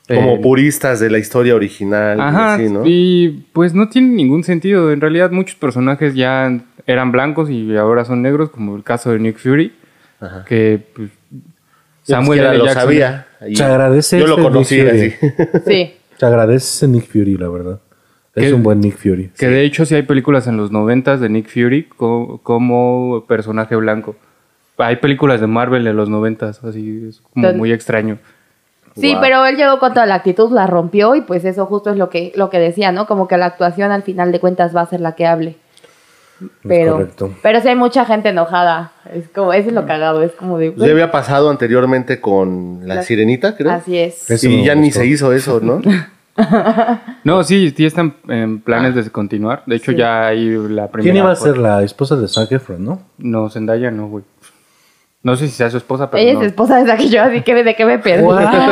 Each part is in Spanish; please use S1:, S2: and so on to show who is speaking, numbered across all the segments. S1: Como
S2: eh,
S1: puristas de la historia original.
S2: Ajá,
S1: así, ¿no?
S2: y pues no tiene ningún sentido. En realidad muchos personajes ya eran blancos y ahora son negros, como el caso de Nick Fury,
S1: Ajá.
S2: que pues,
S1: Yo
S2: Samuel
S1: siquiera
S2: L.
S1: lo
S2: Jackson.
S1: sabía. y
S3: Se agradece este
S1: Yo lo
S3: ese
S1: conocí así.
S3: diccionario.
S4: Sí.
S3: Te agradece ese Nick Fury, la verdad.
S2: ¿Qué?
S3: Es un buen Nick Fury.
S2: Que de hecho sí hay películas en los noventas de Nick Fury co- como personaje blanco. Hay películas de Marvel de los noventas, así es como
S4: Don-
S2: muy extraño.
S4: Sí,
S1: Guau.
S4: pero él llegó con toda la actitud, la rompió y pues eso justo es lo que, lo que decía, ¿no? Como que la actuación al final de cuentas va a ser la que hable. Pero,
S3: correcto.
S4: pero sí hay mucha gente enojada. Es como, eso es lo cagado, es como de...
S1: Ya había pasado anteriormente con La
S4: La-
S1: Sirenita, creo.
S4: Así es.
S3: Eso
S1: y
S3: me
S1: ya ni
S3: gustó.
S1: se hizo eso, ¿no?
S2: No, sí, sí están en planes de continuar. De hecho
S4: Ah. Sí.
S2: ya hay la primera...
S3: ¿Quién iba a
S2: foto.
S3: ser la esposa de Zac Efron, no?
S2: No, Zendaya no, güey. No sé si sea su esposa, pero
S4: Ella
S2: no.
S4: es esposa de Saquillo, así que de qué me perdí.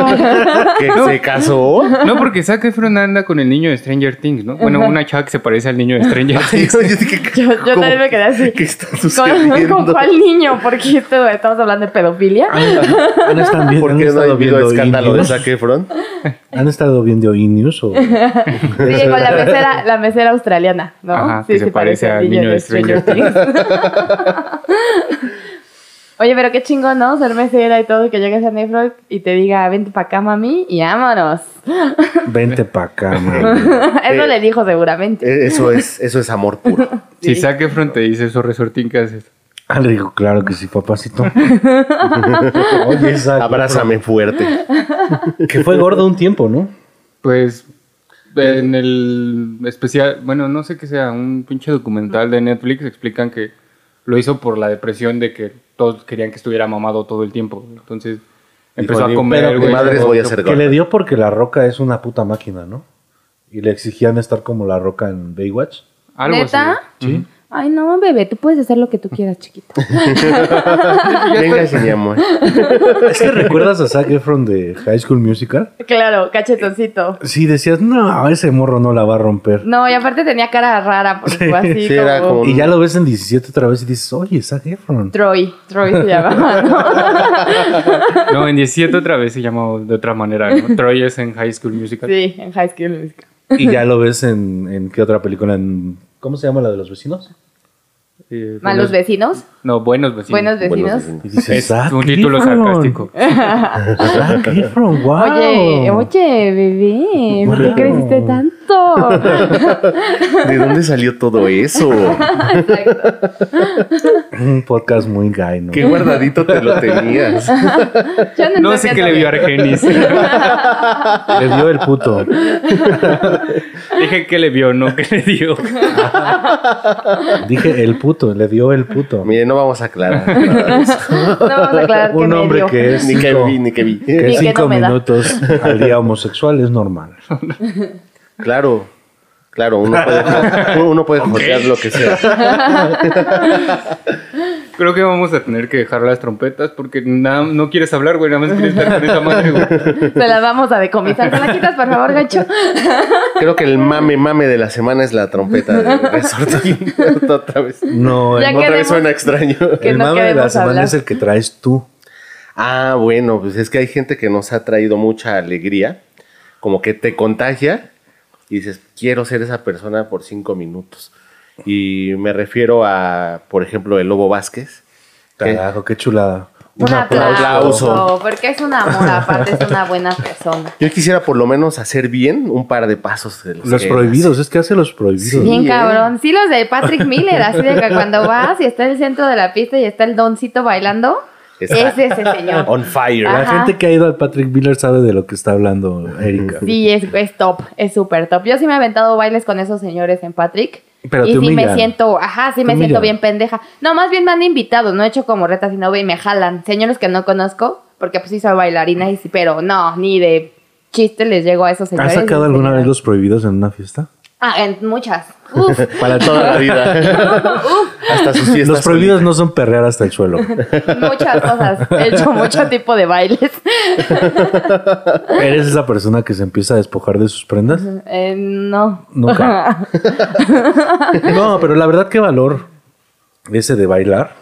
S1: que se casó.
S2: No, porque Zac Efron anda con el niño de Stranger Things, ¿no? Bueno, una chava que se parece al niño de Stranger
S1: Ay,
S2: Things.
S1: yo dije, ¿qué
S4: Yo, yo
S1: carajo?
S4: también me quedé así.
S1: ¿Qué está
S4: ¿Con,
S1: sucediendo?
S4: con cuál niño? Porque esto- estamos hablando de pedofilia.
S3: ¿Han, estado Ah, bien-
S1: ¿Por
S3: han
S1: qué no ha
S3: estado
S1: habido
S3: viendo
S1: escándalo de
S3: Indios?
S1: Zac Efron?
S3: ¿Han estado viendo Indios o
S4: Sí, con la mesera, la mesera australiana, ¿no?
S2: Ajá,
S4: sí,
S2: que se parece al niño de Stranger
S4: Things. Oye, pero qué chingón, ¿no? Ser mesera y todo, y que llegues a Nefroid y te diga, vente pa' acá, mami, y vámonos.
S3: vente pa' acá, man?
S4: Eso
S1: Eh,
S4: le dijo seguramente.
S1: Eh, Eso es, eso es amor puro.
S2: Si Zac Efron te dice eso, resortín, ¿qué haces?
S3: Ah, le digo, claro que sí, papacito. Oye, Zac
S1: Abrázame fuerte.
S3: Efron, Que fue gordo un tiempo, ¿no?
S2: Pues en el especial, bueno, no sé qué sea, un pinche documental de Netflix explican que lo hizo por la depresión de que todos querían que estuviera mamado todo el tiempo. Entonces empezó
S1: ni
S2: a
S1: un pedo,
S2: comer,
S1: ni
S2: güey.
S1: madres voy a hacer
S3: Que
S1: gordo.
S3: le dio porque la roca es una puta máquina, ¿no? Y le exigían estar como la roca en Baywatch.
S2: Algo
S4: ¿Neta?
S2: así. Ujú.
S4: Ay, no, bebé, tú puedes hacer lo que tú quieras, chiquito.
S1: Venga, sí, mi amor.
S3: ¿Es que recuerdas a Zac Efron de High School Musical?
S4: claro, cachetoncito.
S3: Sí, decías, no, ese morro no la va a romper.
S4: No, y aparte tenía cara rara, porque fue así
S1: Sí, era
S4: como...
S1: como-
S3: Y ya lo ves en 17 otra vez y dices, oye, Zac Efron.
S4: Troy, Troy se llamaba, ¿no?
S2: No, en 17 otra vez se llamó de otra manera, ¿no? Troy es en High School Musical.
S4: sí, en High School Musical.
S3: Y ya lo ves en, en qué otra película, en, ¿cómo se llama la de los vecinos?
S2: Eh,
S4: ¿Malos
S2: los-
S4: vecinos?
S2: No, buenos vecinos.
S4: Buenos
S1: Buenos
S4: vecinos.
S1: vecinos.
S3: Y dices,
S2: Es
S3: "Zac
S2: un título
S3: Efron".
S2: sarcástico.
S3: Zac Efron, wow.
S4: Oye, eh, oye, bebé, ¿por qué
S3: Wow.
S4: creciste tanto?
S1: ¿De dónde salió todo eso?
S4: Exacto.
S3: Un podcast muy gay, ¿no?
S1: Qué guardadito te lo tenías.
S4: Yo no,
S2: No sé qué le vio a Argenis.
S3: Le dio el puto.
S2: Dije que le vio, no que le dio.
S3: Dije el puto, le dio el puto.
S1: Mire, no vamos a aclarar. nada de eso.
S4: No vamos a aclarar qué
S3: Un
S4: me
S3: hombre
S4: dio.
S3: que es
S1: ni que
S3: cinco,
S1: vi, ni que vi.
S3: que
S4: Ni que
S3: cinco
S4: no me da.
S3: minutos al día homosexual es normal.
S1: Claro, claro, uno puede, uno puede jotear lo que sea.
S2: Creo que vamos a tener que dejar las trompetas porque nada- no quieres hablar, güey. Nada más quieres estar con esa madre, güey.
S4: Te la vamos a decomisar. ¿Te la quitas, por favor, gacho?
S1: Creo que el mame mame de la semana es la trompeta de resorte. Otra vez.
S3: No,
S4: Ya
S3: el,
S1: Otra vez
S4: queremos-
S1: suena extraño.
S4: que
S3: el
S4: no
S3: mame de la
S4: queremos
S3: semana
S4: hablar.
S3: es el que traes tú.
S1: Ah, bueno, pues es que hay gente que nos ha traído mucha alegría, como que te contagia y dices, quiero ser esa persona por cinco minutos. Y me refiero a, por ejemplo, el Lobo Vázquez. que-
S3: Carajo, qué chulada.
S4: Un aplauso.
S1: aplauso.
S4: Porque es un amor, aparte es una buena persona.
S1: Yo quisiera por lo menos hacer bien un par de pasos. de
S3: Los
S1: que-
S3: prohibidos, es que hace los prohibidos.
S4: Bien
S1: ¿eh?
S4: cabrón. Sí, los de Patrick Miller, así de que cuando vas y está en el centro de la pista y está el doncito bailando,
S1: Está
S4: es ese señor.
S1: On fire.
S3: La
S4: Ajá.
S3: gente que ha ido al Patrick Miller sabe de lo que está hablando Erika.
S4: Sí, es, es top, es súper top. Yo sí me he aventado bailes con esos señores en Patrick.
S3: Pero
S4: y sí
S3: te
S4: me
S3: humillan.
S4: siento, ajá, sí me
S3: Te
S4: siento bien
S3: humillan.
S4: pendeja. No, más bien me han invitado, no he hecho como reta sino ve y me jalan. Señores que no conozco, porque pues sí soy bailarina y sí, pero no, ni de chiste les llego a esos
S3: ¿Has
S4: señores.
S3: sacado
S4: ni
S3: alguna
S4: señoras.
S3: vez los prohibidos en una fiesta?
S4: Ah, en muchas. Uf,
S1: Para toda la vida. Hasta sus fiestas.
S3: Los prohibidos no son perrear hasta el suelo.
S4: muchas cosas. He hecho mucho tipo de bailes.
S3: ¿Eres esa persona que se empieza a despojar de sus prendas?
S4: Eh, no.
S3: Nunca. No, pero la verdad qué valor ese de bailar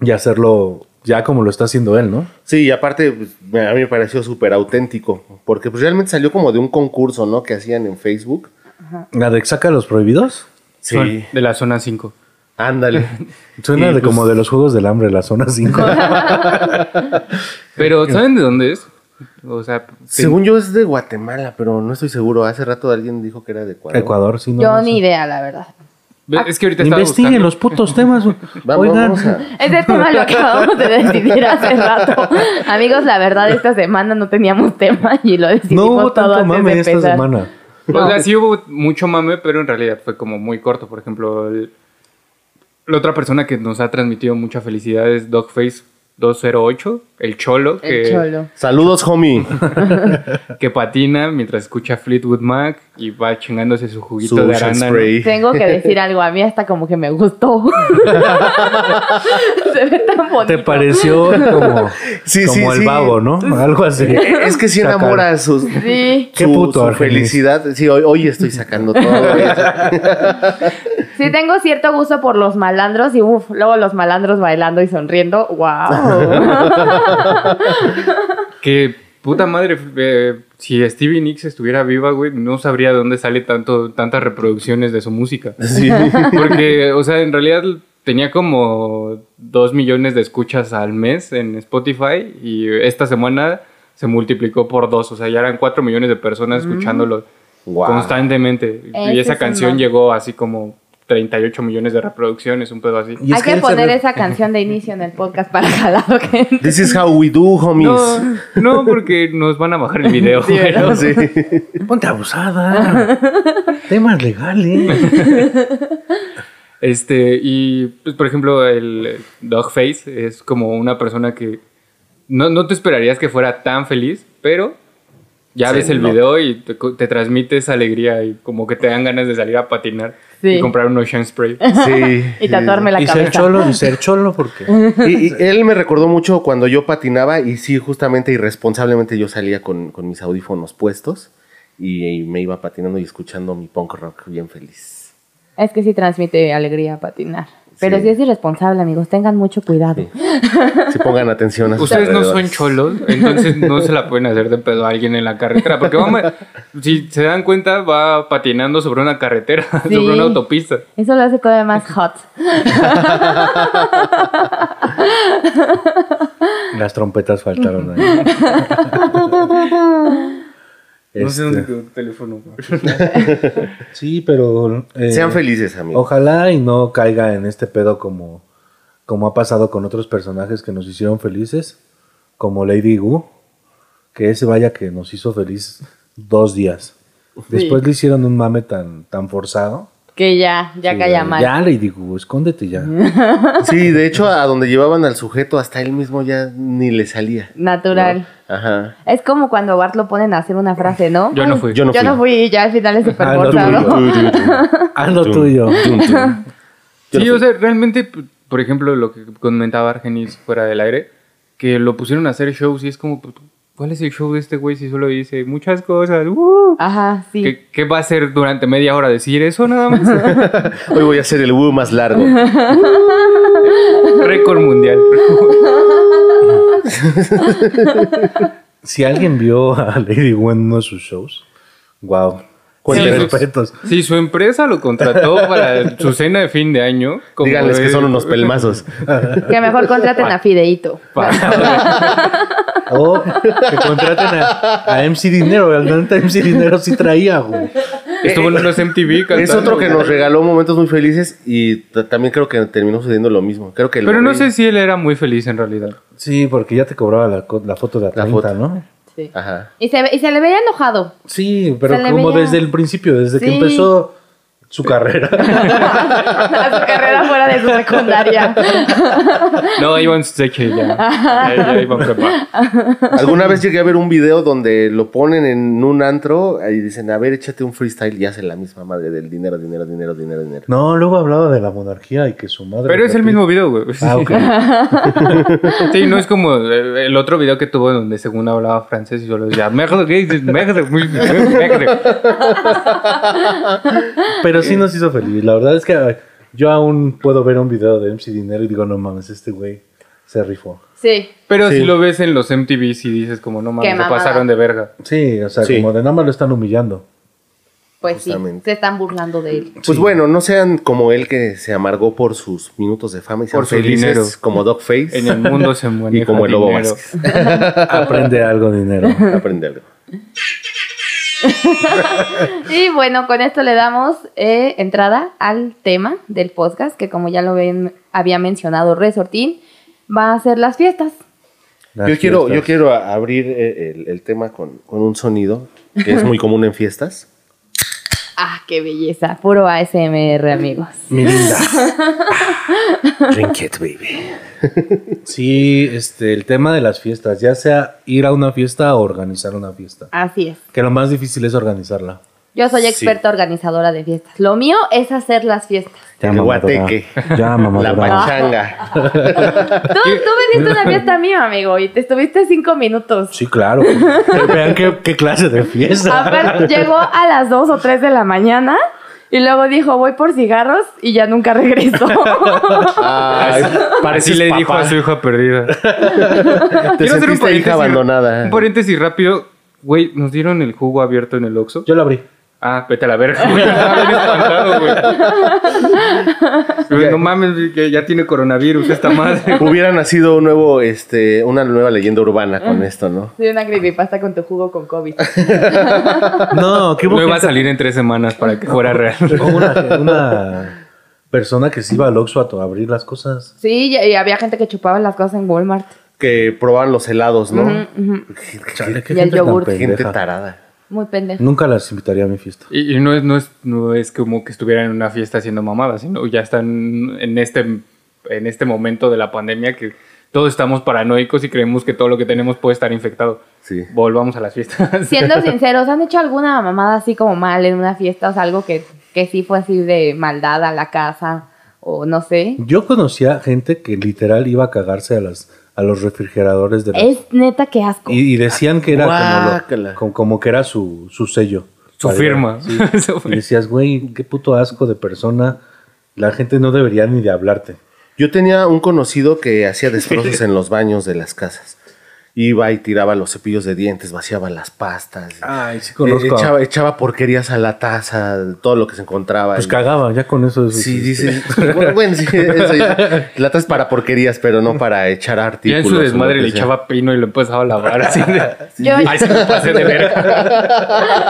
S3: y hacerlo ya como lo está haciendo él, ¿no?
S1: Sí, y aparte pues, me- a mí me pareció súper auténtico, porque pues, realmente salió como de un concurso, ¿no? Que hacían en Facebook.
S3: La de saca los prohibidos.
S2: Son De la zona 5.
S1: Ándale.
S3: Suena
S1: Y,
S3: de
S1: pues,
S3: como de los Juegos del Hambre, la zona 5.
S2: Pero, ¿saben de dónde es? O sea, te-
S1: Según yo es de Guatemala, pero no estoy seguro. Hace rato alguien dijo que era de Ecuador.
S3: Ecuador, sí, no.
S4: Yo
S3: no
S4: ni
S3: sé.
S4: idea, la verdad.
S2: ve- es que ahorita estaba
S3: Investiguen
S2: buscando.
S3: los putos temas.
S1: Vamos,
S3: Oigan,
S1: vamos a-
S4: Ese tema lo acabamos de decidir hace rato. Amigos, la verdad, esta semana no teníamos tema y lo
S3: no
S4: decidimos todo
S3: hubo tanto
S4: antes de
S3: mame esta
S4: empezar.
S3: semana.
S2: O sea, sí hubo mucho mame, pero en realidad fue como muy corto. Por ejemplo, el- la otra persona que nos ha transmitido mucha felicidad es Dogface 208, el cholo, que,
S4: El cholo.
S1: Saludos, homie.
S2: que patina mientras escucha Fleetwood Mac y va chingándose su juguito
S1: Su
S2: de
S1: Ocean
S2: arándano.
S1: Spray.
S4: Tengo que decir algo, a mí hasta como que me gustó. Se ve tan bonito.
S3: Te pareció como,
S1: Sí, sí,
S3: como el
S1: sí.
S3: babo, ¿no? Algo así.
S1: Es que si
S3: Chacal.
S1: enamora sus...
S4: Sí,
S3: Qué
S1: su-
S3: puto,
S1: su
S3: Argenis.
S1: felicidad. Sí, hoy, hoy estoy sacando todo.
S4: sí tengo cierto gusto por los malandros y uff, luego los malandros bailando y sonriendo, wow.
S2: Que puta madre, eh, si Stevie Nicks estuviera viva, güey, no sabría de dónde sale tanto, tantas reproducciones de su música.
S1: Sí.
S2: Porque, o sea, en realidad tenía como 2 millones de escuchas al mes en Spotify y esta semana se multiplicó por dos, o sea, ya eran 4 millones de personas escuchándolo
S1: Guau.
S2: constantemente.
S4: Mm. Ese
S2: y esa
S4: es
S2: canción
S4: un-
S2: llegó así como 38 millones de reproducciones, un pedo así.
S3: Y es
S4: Hay que,
S3: él se
S4: poner
S3: ve-
S4: esa canción de inicio en el podcast para jalado que
S1: This is how we do, homies.
S2: No, no, porque nos van a bajar el video. pero-
S1: Sí.
S3: Ponte abusada. Temas legales.
S2: Este, y pues, por ejemplo, el Dogface es como una persona que no, no te esperarías que fuera tan feliz, pero ya
S1: Sí,
S2: ves el
S1: no.
S2: video y te, co- te transmite esa alegría y como que te dan ganas de salir a patinar
S4: Sí.
S2: y comprar un Ocean Spray.
S1: Sí.
S4: y tatuarme la
S3: y ser
S4: cabeza.
S3: cholo, y ser cholo, porque
S1: Y, y él me recordó mucho cuando yo patinaba y sí, justamente irresponsablemente yo salía con, con mis audífonos puestos y, y me iba patinando y escuchando mi punk rock bien feliz.
S4: Es que sí transmite alegría patinar. Pero
S1: Sí.
S4: sí es irresponsable, amigos. Tengan mucho cuidado.
S1: Si pongan atención a sus
S2: Ustedes no son
S1: alrededores.
S2: cholos, entonces no se la pueden hacer de pedo a alguien en la carretera. Porque vamos, si se dan cuenta, va patinando sobre una carretera,
S4: Sí.
S2: sobre una autopista.
S4: Eso lo hace todavía más hot.
S3: Las trompetas faltaron ahí.
S2: No sé dónde
S3: Este,
S2: quedó el teléfono. güey.
S3: sí, pero. eh,
S1: Sean felices, amigos.
S3: Ojalá y no caiga en este pedo como, como ha pasado con otros personajes que nos hicieron felices, como Lady Gu, que ese vaya que nos hizo feliz dos días. Después le hicieron un mame tan, tan forzado.
S4: Que ya, ya
S3: Sí,
S4: calla
S3: de,
S4: mal.
S3: Ya, Lady Gu, escóndete ya.
S1: Sí, de hecho, a donde llevaban al sujeto, hasta él mismo ya ni le salía.
S4: Natural.
S1: Ajá.
S4: Es como cuando a Bart lo ponen a hacer una frase, ¿no?
S2: Yo no fui.
S1: Yo no
S4: Yo
S1: fui.
S4: no fui y ya al final es súper
S3: Ah, no, tú,
S4: forzado.
S1: Tú, tú, tú, tú.
S3: Haz lo
S1: Tú,
S3: tuyo.
S1: tú, tú. Yo
S2: Sí,
S1: no
S2: o sea, realmente, p- por ejemplo, lo que comentaba Argenis fuera del aire, que lo pusieron a hacer shows y es como, pues, ¿cuál es el show de este güey si solo dice muchas cosas? ¡Uh!
S4: Ajá, sí.
S2: ¿Qué, qué va a hacer durante media hora? ¿Decir eso nada más?
S1: Hoy voy a hacer el woo más largo.
S2: Récord mundial.
S3: Si alguien vio a Lady Gu en uno de sus shows, wow. Con
S2: Sí, sí.
S3: respetos.
S2: Si su empresa lo contrató para su cena de fin de año, como
S1: Díganles que
S2: es-
S1: son unos pelmazos.
S4: Que mejor contraten a Fideito.
S3: O que contraten a, a MC Dinero. La neta, MC Dinero sí traía, güey.
S2: Estuvo en unos MTV cantando.
S1: Es otro que nos regaló momentos muy felices y t- también creo que terminó sucediendo lo mismo. Creo que lo
S2: Pero no
S1: vi.
S2: sé si él era muy feliz en realidad.
S3: Sí, porque ya te cobraba la, co- la foto de la
S1: La
S3: 30,
S1: foto.
S3: ¿no?
S4: Sí.
S1: Ajá.
S4: Y se, ve- y se le veía enojado.
S3: Sí, pero
S4: Se le
S3: como
S4: veía.
S3: desde el principio, desde que
S4: Sí.
S3: empezó su carrera.
S4: A su carrera fuera de su secundaria.
S2: No, Iván sé que ya. Ya, ya iba preparado.
S1: Alguna vez llegué a ver un video donde lo ponen en un antro y dicen, a ver, échate un freestyle y hacen la misma madre del dinero, dinero, dinero, dinero, dinero.
S3: No, luego hablaba de la monarquía y que su madre.
S2: Pero es el mismo video, güey.
S3: Ah, ok.
S2: Sí, no es como eh, el otro video que tuvo donde según hablaba francés y solo decía, "Merde, ¿qué dices? Merde, muy- merde".
S3: Pero sí nos hizo feliz. La verdad es que ay, yo aún puedo ver un video de MC Dinero y digo, no mames, este güey se rifó.
S4: Sí.
S2: Pero si lo ves en los MTVs y dices como, no mames,
S4: Qué
S2: se
S4: mamada.
S2: pasaron de verga.
S3: Sí, o sea,
S1: Sí.
S3: como de nada más lo están humillando.
S4: Pues sí,
S1: Justamente.
S4: se están burlando de él.
S1: Pues bueno, no sean como él que se amargó por sus minutos de fama y sean
S2: Por su
S1: felices
S2: dinero.
S1: como Doc Face.
S2: En el mundo se muere.
S1: Y como el Lobo Vázquez.
S3: Aprende algo, dinero.
S1: Aprende algo.
S4: Y bueno, con esto le damos eh, entrada al tema del podcast, que como ya lo ven- había mencionado Resortín, va a ser las fiestas.
S3: Las
S1: yo quiero, yo
S3: fiestas.
S1: quiero a- abrir eh, el, el tema con, con un sonido que es muy común en fiestas.
S4: Ah, qué belleza, puro ASMR, amigos.
S3: Mi linda.
S1: Drink it, baby.
S3: Sí, este, el tema de las fiestas, ya sea ir a una fiesta o organizar una fiesta.
S4: Así es.
S3: Que lo más difícil es organizarla.
S4: Yo soy experta organizadora de fiestas. Lo mío es hacer las fiestas.
S1: El
S3: mamadora.
S1: guateque.
S3: Ya,
S1: La
S3: mamadora.
S1: pachanga.
S4: Tú, tú viniste a una fiesta mía, amigo, y te estuviste cinco minutos.
S3: Sí, claro. Vean qué, qué clase de fiesta.
S4: Aparte, llegó a las dos o tres de la mañana y luego dijo, voy por cigarros y ya nunca regresó.
S1: Ay,
S2: Así
S1: pareces
S2: le dijo
S1: papá.
S2: a su hija perdida.
S1: Te sentiste hija abandonada.
S2: Un paréntesis rápido. Güey, nos dieron el jugo abierto en el Oxxo.
S3: Yo lo abrí.
S2: Ah, vete a la verga, güey. Estaba bien espantado, güey. Güey, No mames, que ya tiene coronavirus esta madre.
S1: Hubiera nacido un nuevo, este, una nueva leyenda urbana con esto, ¿no?
S4: Soy una creepypasta con tu jugo con COVID.
S3: No, qué
S2: No iba a
S3: bonita.
S2: salir en tres semanas para que fuera real.
S3: Una, una persona que se iba al Oxxo a to- abrir las cosas.
S4: Sí, y- y había gente que chupaba las cosas en Walmart.
S1: Que probaban los helados, ¿no?
S4: Mm.
S3: Chale, qué
S4: Y el
S3: gente tan
S4: yogur.
S3: pendeja.
S1: Gente tarada.
S4: Muy pendejo.
S3: Nunca las invitaría a mi fiesta.
S2: Y, y no, es, no, es, no es como que estuvieran en una fiesta haciendo mamadas, sino ya están en este, en este momento de la pandemia que todos estamos paranoicos y creemos que todo lo que tenemos puede estar infectado.
S1: Sí.
S2: Volvamos a las fiestas.
S4: Siendo sinceros, ¿han hecho alguna mamada así como mal en una fiesta? O sea, algo que, que sí fue así de maldad a la casa o no sé.
S3: Yo conocía gente que literal iba a cagarse a las a los refrigeradores de las-
S4: Es neta que asco.
S3: y, y decían que era como, lo-
S1: Guácala.
S3: como, como que era su, su sello.
S2: Su
S3: Para-
S2: firma. Su
S3: Y
S2: firma.
S3: decías, güey, qué puto asco de persona La gente no debería ni de hablarte.
S1: Yo tenía un conocido que hacía destrozos en los baños de las casas. Iba y tiraba los cepillos de dientes, vaciaba las pastas.
S3: Ay, sí
S1: Eh, Echaba, echaba porquerías a la taza, todo lo que se encontraba.
S3: Pues
S1: Y-
S3: cagaba, ya con eso. es-
S1: Sí, dice. bueno, bueno, sí, eso ya. La taza es para porquerías, pero no para echar
S2: Ya en
S1: artículos.
S2: su
S1: o lo
S2: desmadre
S1: que
S2: le
S1: sea.
S2: echaba pino y lo empezaba a lavar así de...
S4: Yo-
S2: Ay, se me pasé de verga.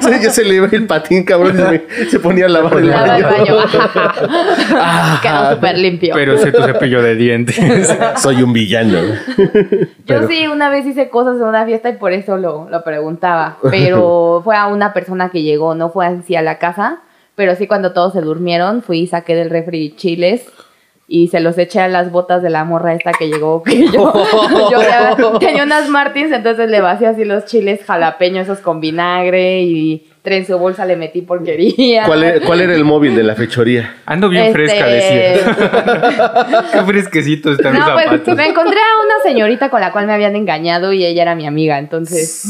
S1: Sí, ya se le iba el patín, cabrón. y Se, se ponía a lavar el
S4: Lava el
S1: baño.
S4: baño. Quedó súper limpio.
S2: Pero sé tu cepillo de dientes.
S1: Soy un villano.
S4: Yo sí, una vez hice cosas en una fiesta y por eso lo, lo preguntaba. Pero fue a una persona que llegó, no fue así a la casa. Pero sí, cuando todos se durmieron, fui y saqué del refri chiles y se los eché a las botas de la morra esta que llegó. Que yo, yo ya tenía unas Martins, entonces le vacié así los chiles jalapeños, esos con vinagre y tres en su bolsa le metí porquería.
S1: ¿Cuál, e- ¿Cuál era el móvil de la fechoría?
S2: Ando bien
S4: Este,
S2: fresca, decía. Qué fresquecito están mis
S4: No, pues
S2: zapatos.
S4: me encontré a una señorita con la cual me habían engañado y ella era mi amiga, entonces.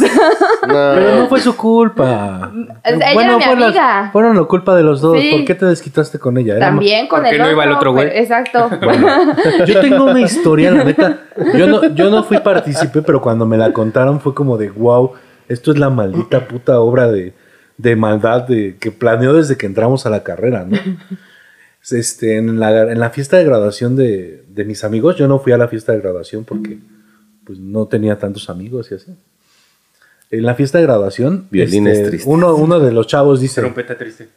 S3: Pero
S1: No,
S3: no fue su culpa.
S4: ella era mi
S3: fueron las-
S4: amiga.
S3: fueron la culpa de los dos.
S4: Sí.
S3: ¿Por qué te desquitaste con ella? Era
S4: También con
S2: Porque
S4: el
S2: no
S4: otro.
S2: iba el otro güey.
S4: pero- exacto.
S3: Yo tengo una historia, la neta. Yo no, yo no fui partícipe, pero cuando me la contaron fue como de wow, esto es la maldita puta obra de, de maldad de, que planeó desde que entramos a la carrera, ¿no? Este, en, la, en la fiesta de graduación de, de mis amigos, yo no fui a la fiesta de graduación porque pues, no tenía tantos amigos y así. En la fiesta de graduación, este,
S1: Violines tristes.
S3: uno, uno de los chavos dice...
S2: Trompeta triste.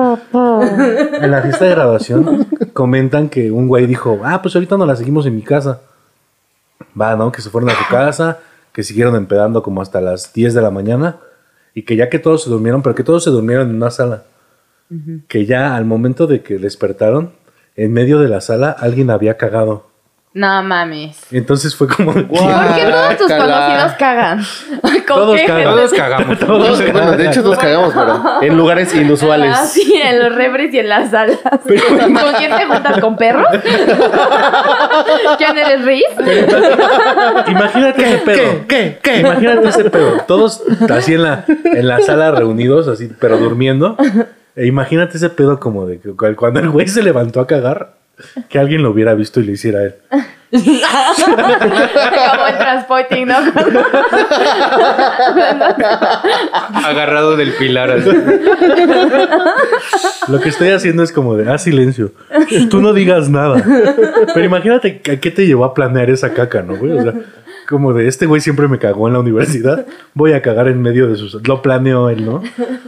S3: En la fiesta de graduación comentan que un güey dijo, ah, pues ahorita no la seguimos en mi casa. Va, ¿no? Que se fueron a su casa, que siguieron empedando como hasta las 10 de la mañana y que ya que todos se durmieron, pero que todos se durmieron en una sala. Que ya al momento de que despertaron, en medio de la sala alguien había cagado.
S4: No mames.
S3: Entonces fue como...
S4: ¿Por qué todos tus
S1: Guácala.
S4: conocidos cagan? ¿Con
S3: Todos
S4: qué
S3: cagan.
S4: gente
S2: Todos cagamos.
S1: Todos- bueno, de hecho, todos cagamos, pero en lugares
S4: se
S1: inusuales.
S4: caga? Ah, Sí, en los refres y en las salas. ¿Con quién te juntas? ¿Con perros? ¿Quién eres Riz?
S3: Imagínate ese pedo.
S1: ¿Qué? ¿Qué?
S3: Imagínate ese pedo. Todos así en la, en la sala reunidos, así, pero durmiendo. E imagínate ese pedo como de que cu- cuando el güey se levantó a cagar, que alguien lo hubiera visto y le hiciera a él.
S4: Como en Transporting, ¿no?
S2: Agarrado del pilar. así.
S3: Lo que estoy haciendo es como de, ah, silencio. Tú no digas nada. Pero imagínate que- a qué te llevó a planear esa caca, ¿no, güey? O sea, como de, este güey siempre me cagó en la universidad, voy a cagar en medio de sus... Lo planeó él, ¿no?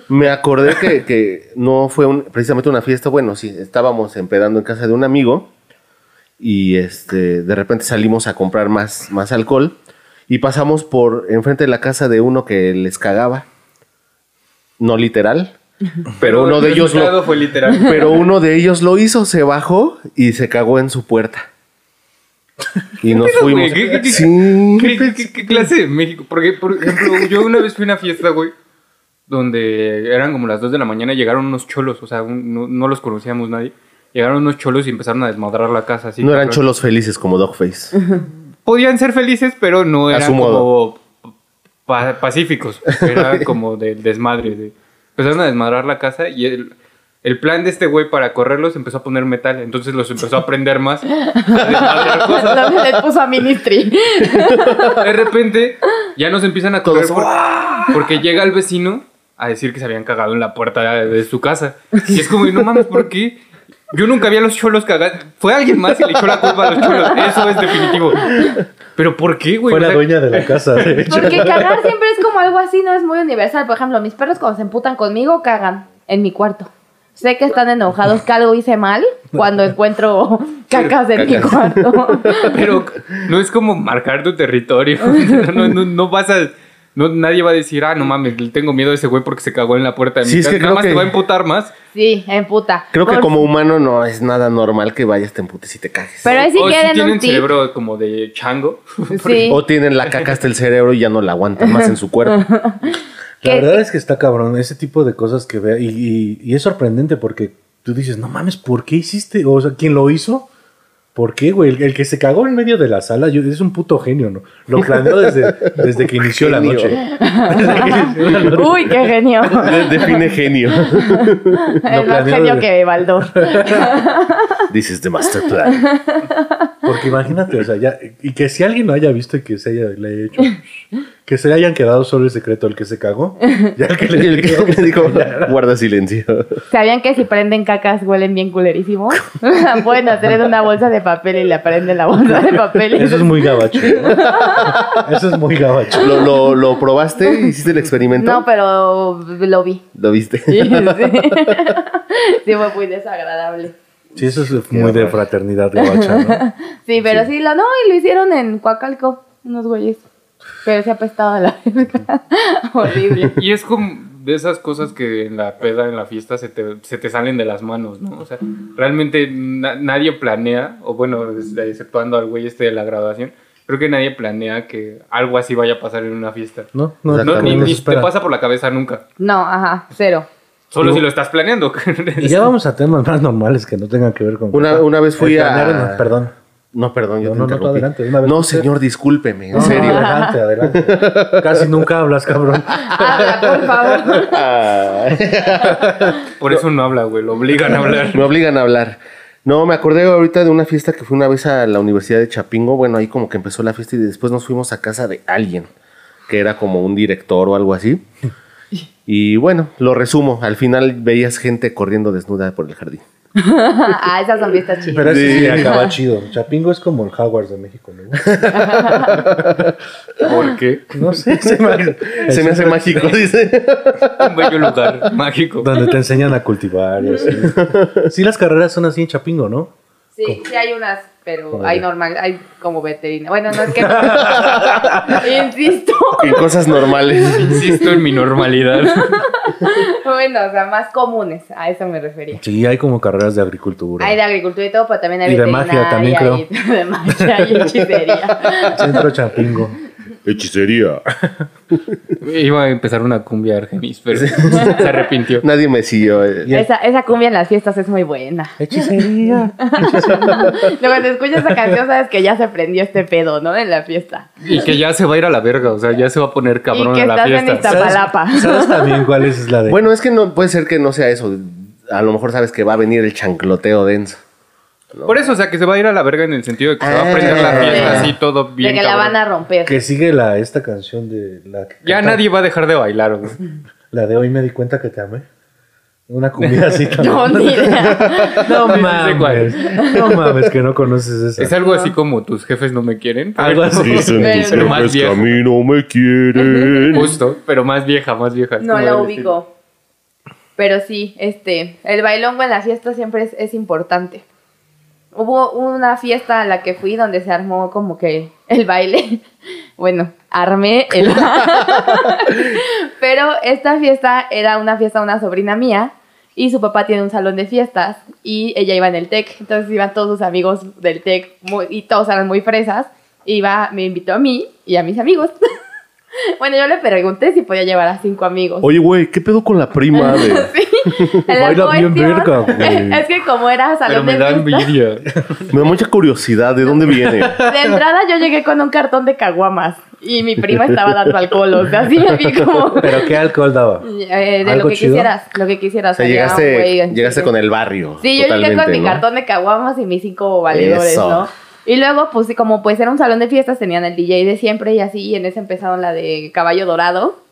S1: Me acordé que, que no fue un- precisamente una fiesta. Bueno, sí, estábamos empedando en casa de un amigo y este, de repente salimos a comprar más, más alcohol y pasamos por enfrente de la casa de uno que les cagaba. No literal, pero uno de
S2: el
S1: ellos
S2: resultado
S1: lo,
S2: fue literal.
S1: pero uno de ellos lo hizo, se bajó y se cagó en su puerta. Y nos fuimos.
S2: güey? ¿Qué- qué- qué-
S1: Sí.
S2: ¿Qué, qué- qué- qué clase de México? Porque, por ejemplo, yo una vez fui a una fiesta, güey, donde eran como las 2 de la mañana, llegaron unos cholos, o sea, un- no, no los conocíamos nadie. Llegaron unos cholos y empezaron a desmadrar la casa. Así,
S1: No eran
S2: cabrón.
S1: cholos felices como Dogface.
S2: Podían ser felices, pero no
S1: A
S2: eran
S1: su modo.
S2: como pa- pacíficos. Era como del desmadre. de- Empezaron a desmadrar la casa y el, el plan de este güey para correrlos empezó a poner metal. Entonces los empezó a prender más.
S4: Le puso a Ministry.
S2: De repente ya nos empiezan a correr
S1: Todos,
S2: por- porque llega el vecino a decir que se habían cagado en la puerta de, de su casa. Y es como, no mames, ¿por qué? Yo nunca vi a los cholos cagar. Fue alguien más y le echó la culpa a los cholos. Eso es definitivo. Pero ¿por qué, güey?
S3: Fue
S2: O
S3: la
S2: sea,
S3: dueña de la casa, ¿eh? de hecho.
S4: Porque cagar siempre es como algo así, no es muy universal. Por ejemplo, mis perros cuando se emputan conmigo cagan en mi cuarto. Sé que están enojados que algo hice mal cuando encuentro cacas en mi cuarto.
S2: Pero no es como marcar tu territorio. No, no, no vas a. No, nadie va a decir, ah, no mames, le tengo miedo a ese güey porque se cagó en la puerta de mi
S1: Sí, es
S2: casa.
S1: que
S2: Nada
S1: creo
S2: más
S1: que-
S2: te va a emputar más.
S4: Sí, emputa.
S1: Creo que
S4: Por-
S1: como humano no es nada normal que vayas, te emputes y te cajes.
S4: Pero ahí sí
S2: o si
S4: quieren
S2: tienen
S4: un tip.
S2: cerebro como de chango.
S4: Sí.
S1: O tienen la caca hasta el cerebro y ya no la aguantan más en su cuerpo.
S3: La
S4: ¿Qué-
S3: verdad
S1: eh
S3: es que está cabrón ese tipo de cosas que ve y, y- y es sorprendente porque tú dices, no mames, ¿por qué hiciste? O sea, ¿quién lo hizo? ¿Por qué, güey? El, el que se cagó en medio de la sala yo- es un puto genio, ¿no? Lo planeó desde, desde que inició la
S1: Genio.
S3: noche. Desde que inició la noche.
S4: Uy, qué genio.
S1: De- Define genio.
S4: El más
S3: planeó
S4: genio
S3: de-
S4: que Baldor.
S1: Dices de master plan.
S3: Porque imagínate, o sea, ya, y que si alguien lo haya visto y que se haya, le haya hecho, que se le hayan quedado solo el secreto al que se cagó, ya el que
S1: Y
S3: le
S1: el
S3: dijo
S1: que dijo, guarda silencio.
S4: ¿Sabían que si prenden cacas huelen bien culerísimo? La Pueden hacer en una bolsa de papel y la prenden en la bolsa de papel. y-
S3: Eso es muy gabacho. ¿no? Eso es muy gabacho.
S1: ¿Lo, lo, lo probaste? ¿Hiciste el experimento?
S4: No, pero lo vi.
S1: ¿Lo viste?
S4: Sí, Sí, fue muy desagradable.
S3: Sí, eso es muy de fraternidad gabacha, ¿no?
S4: Sí, pero sí, lo no, y lo hicieron en Coacalco, unos güeyes. Pero se ha apestado a la verga. Horrible.
S2: Y es como de esas cosas que en la peda, en la fiesta, se te, se te salen de las manos, ¿no? O sea, realmente na- nadie planea, o bueno, es- exceptuando al güey este de la graduación, creo que nadie planea que algo así vaya a pasar en una fiesta.
S3: No, no,
S1: Exactamente.
S2: No, ni,
S3: también
S2: ni
S3: nos
S2: te
S3: espera.
S2: pasa por la cabeza nunca.
S4: No, ajá, cero.
S2: Solo
S3: No.
S2: si lo estás planeando.
S3: Y ya vamos a temas más normales que no tengan que ver con.
S1: Una- una vez fui
S3: El
S1: a-
S3: planear, no, perdón.
S1: No, perdón,
S3: No,
S1: yo te
S3: no, no, tú
S1: interrumpí.
S3: adelante, una vez
S1: No,
S3: tú.
S1: señor, discúlpeme, en
S3: No,
S1: serio.
S3: Adelante, adelante. Casi nunca hablas, cabrón.
S4: Habla, por favor.
S1: Ah.
S2: Por eso no habla, güey. Lo obligan a hablar.
S1: Me obligan a hablar. No, me acordé ahorita de una fiesta que fue una vez a la Universidad de Chapingo. Bueno, ahí como que empezó la fiesta y después nos fuimos a casa de alguien, que era como un director o algo así. Y bueno, lo resumo. Al final veías gente corriendo desnuda por el jardín.
S4: Ah, esas son fiestas chidas.
S3: Pero ese sí,
S1: Sí.
S3: acaba chido. Chapingo es como el Hogwarts de México, ¿no?
S2: ¿Por qué?
S3: No sé, se me,
S1: Se me hace mágico, dice.
S2: Un bello lugar mágico.
S3: Donde te enseñan a cultivar y así. Sí, las carreras son así en Chapingo, ¿no?
S4: Sí, sí hay unas, pero
S3: Como
S4: hay
S3: de-
S4: normal, hay como veterina. Bueno, no es que insisto.
S1: En cosas normales.
S2: Insisto en mi normalidad.
S4: Bueno, o sea, más comunes, a eso me refería.
S3: Sí, hay como carreras de agricultura.
S4: Hay de agricultura y todo, pero también hay
S3: Y de magia también,
S4: veterinaria y de magia y hechicería.
S3: Centro Chapingo.
S1: Hechicería.
S2: Iba a empezar una cumbia argenis, pero se arrepintió.
S1: Nadie me siguió. eh.
S4: Esa, esa cumbia en las fiestas es muy buena.
S3: Hechicería.
S4: Luego cuando escuchas esa canción sabes que ya se prendió este pedo, ¿no? En la fiesta.
S2: Y que ya se va a ir a la verga, o sea, ya se va a poner cabrón
S4: y que
S2: a la
S4: estás en
S2: fiesta.
S4: Iztapalapa.
S3: ¿Sabes también cuál es la de?
S1: Bueno, es que no puede ser que no sea eso. A lo mejor sabes que va a venir el chancloteo denso.
S2: Por eso, o sea, que se va a ir a la verga en el sentido de que se va a prender
S1: Ah.
S2: la fiesta así todo
S4: Eh,
S2: bien.
S4: de que la
S2: cabrón.
S4: van a romper.
S3: que sigue la, esta canción de la que
S2: Ya
S3: canta-
S2: nadie va a dejar de bailar, güey.
S3: La de hoy me di cuenta que te amé. Una cumbia así también.
S4: No, ni idea.
S3: No
S2: Sí, sí sé cuál.
S3: mames. No mames que no conoces
S2: Es
S3: esa.
S2: algo así como tus jefes no me quieren. pero-
S3: Algo así.
S4: tus
S2: Pero más jefes que a viejo.
S1: mí no me quieren.
S2: Justo, pero más vieja, más vieja. Es
S4: No
S2: como
S4: la
S2: de-
S4: ubico. Pero sí, este, el bailongo en las fiestas siempre es, es importante. Hubo una fiesta a la que fui donde se armó como que el baile. Bueno, armé el Pero esta fiesta era una fiesta de una sobrina mía y su papá tiene un salón de fiestas y ella iba en el TEC. Entonces iban todos sus amigos del TEC muy- y todos eran muy fresas. Iba, me invitó a mí y a mis amigos. bueno, yo le pregunté si podía llevar a cinco amigos.
S1: Oye, güey, ¿qué pedo con la prima de.?
S4: En la
S3: Baila bien
S4: cuestión-
S3: verga, güey.
S4: Es que como era
S2: "Ah, Pero
S4: salón
S2: me da
S4: de fiestas,
S2: envidia.
S1: Me da mucha curiosidad de dónde viene.
S4: de entrada yo llegué con un cartón de caguamas y mi prima estaba dando alcohol, o sea, así me vi como...
S3: Pero qué alcohol daba.
S4: eh, de lo
S3: ¿Algo
S4: que
S3: chido?
S4: quisieras, lo que quisieras.
S1: O sea,
S4: había un
S1: llegaste,
S4: güey-
S1: llegaste con el barrio.
S4: Sí, yo llegué con
S1: totalmente,
S4: mi
S1: ¿no?
S4: cartón de caguamas y mis cinco valedores,
S1: Eso.
S4: ¿no? Y luego, pues, sí, como pues era un salón de fiestas, tenían el DJ de siempre y así, y en ese empezaron la de Caballo Dorado.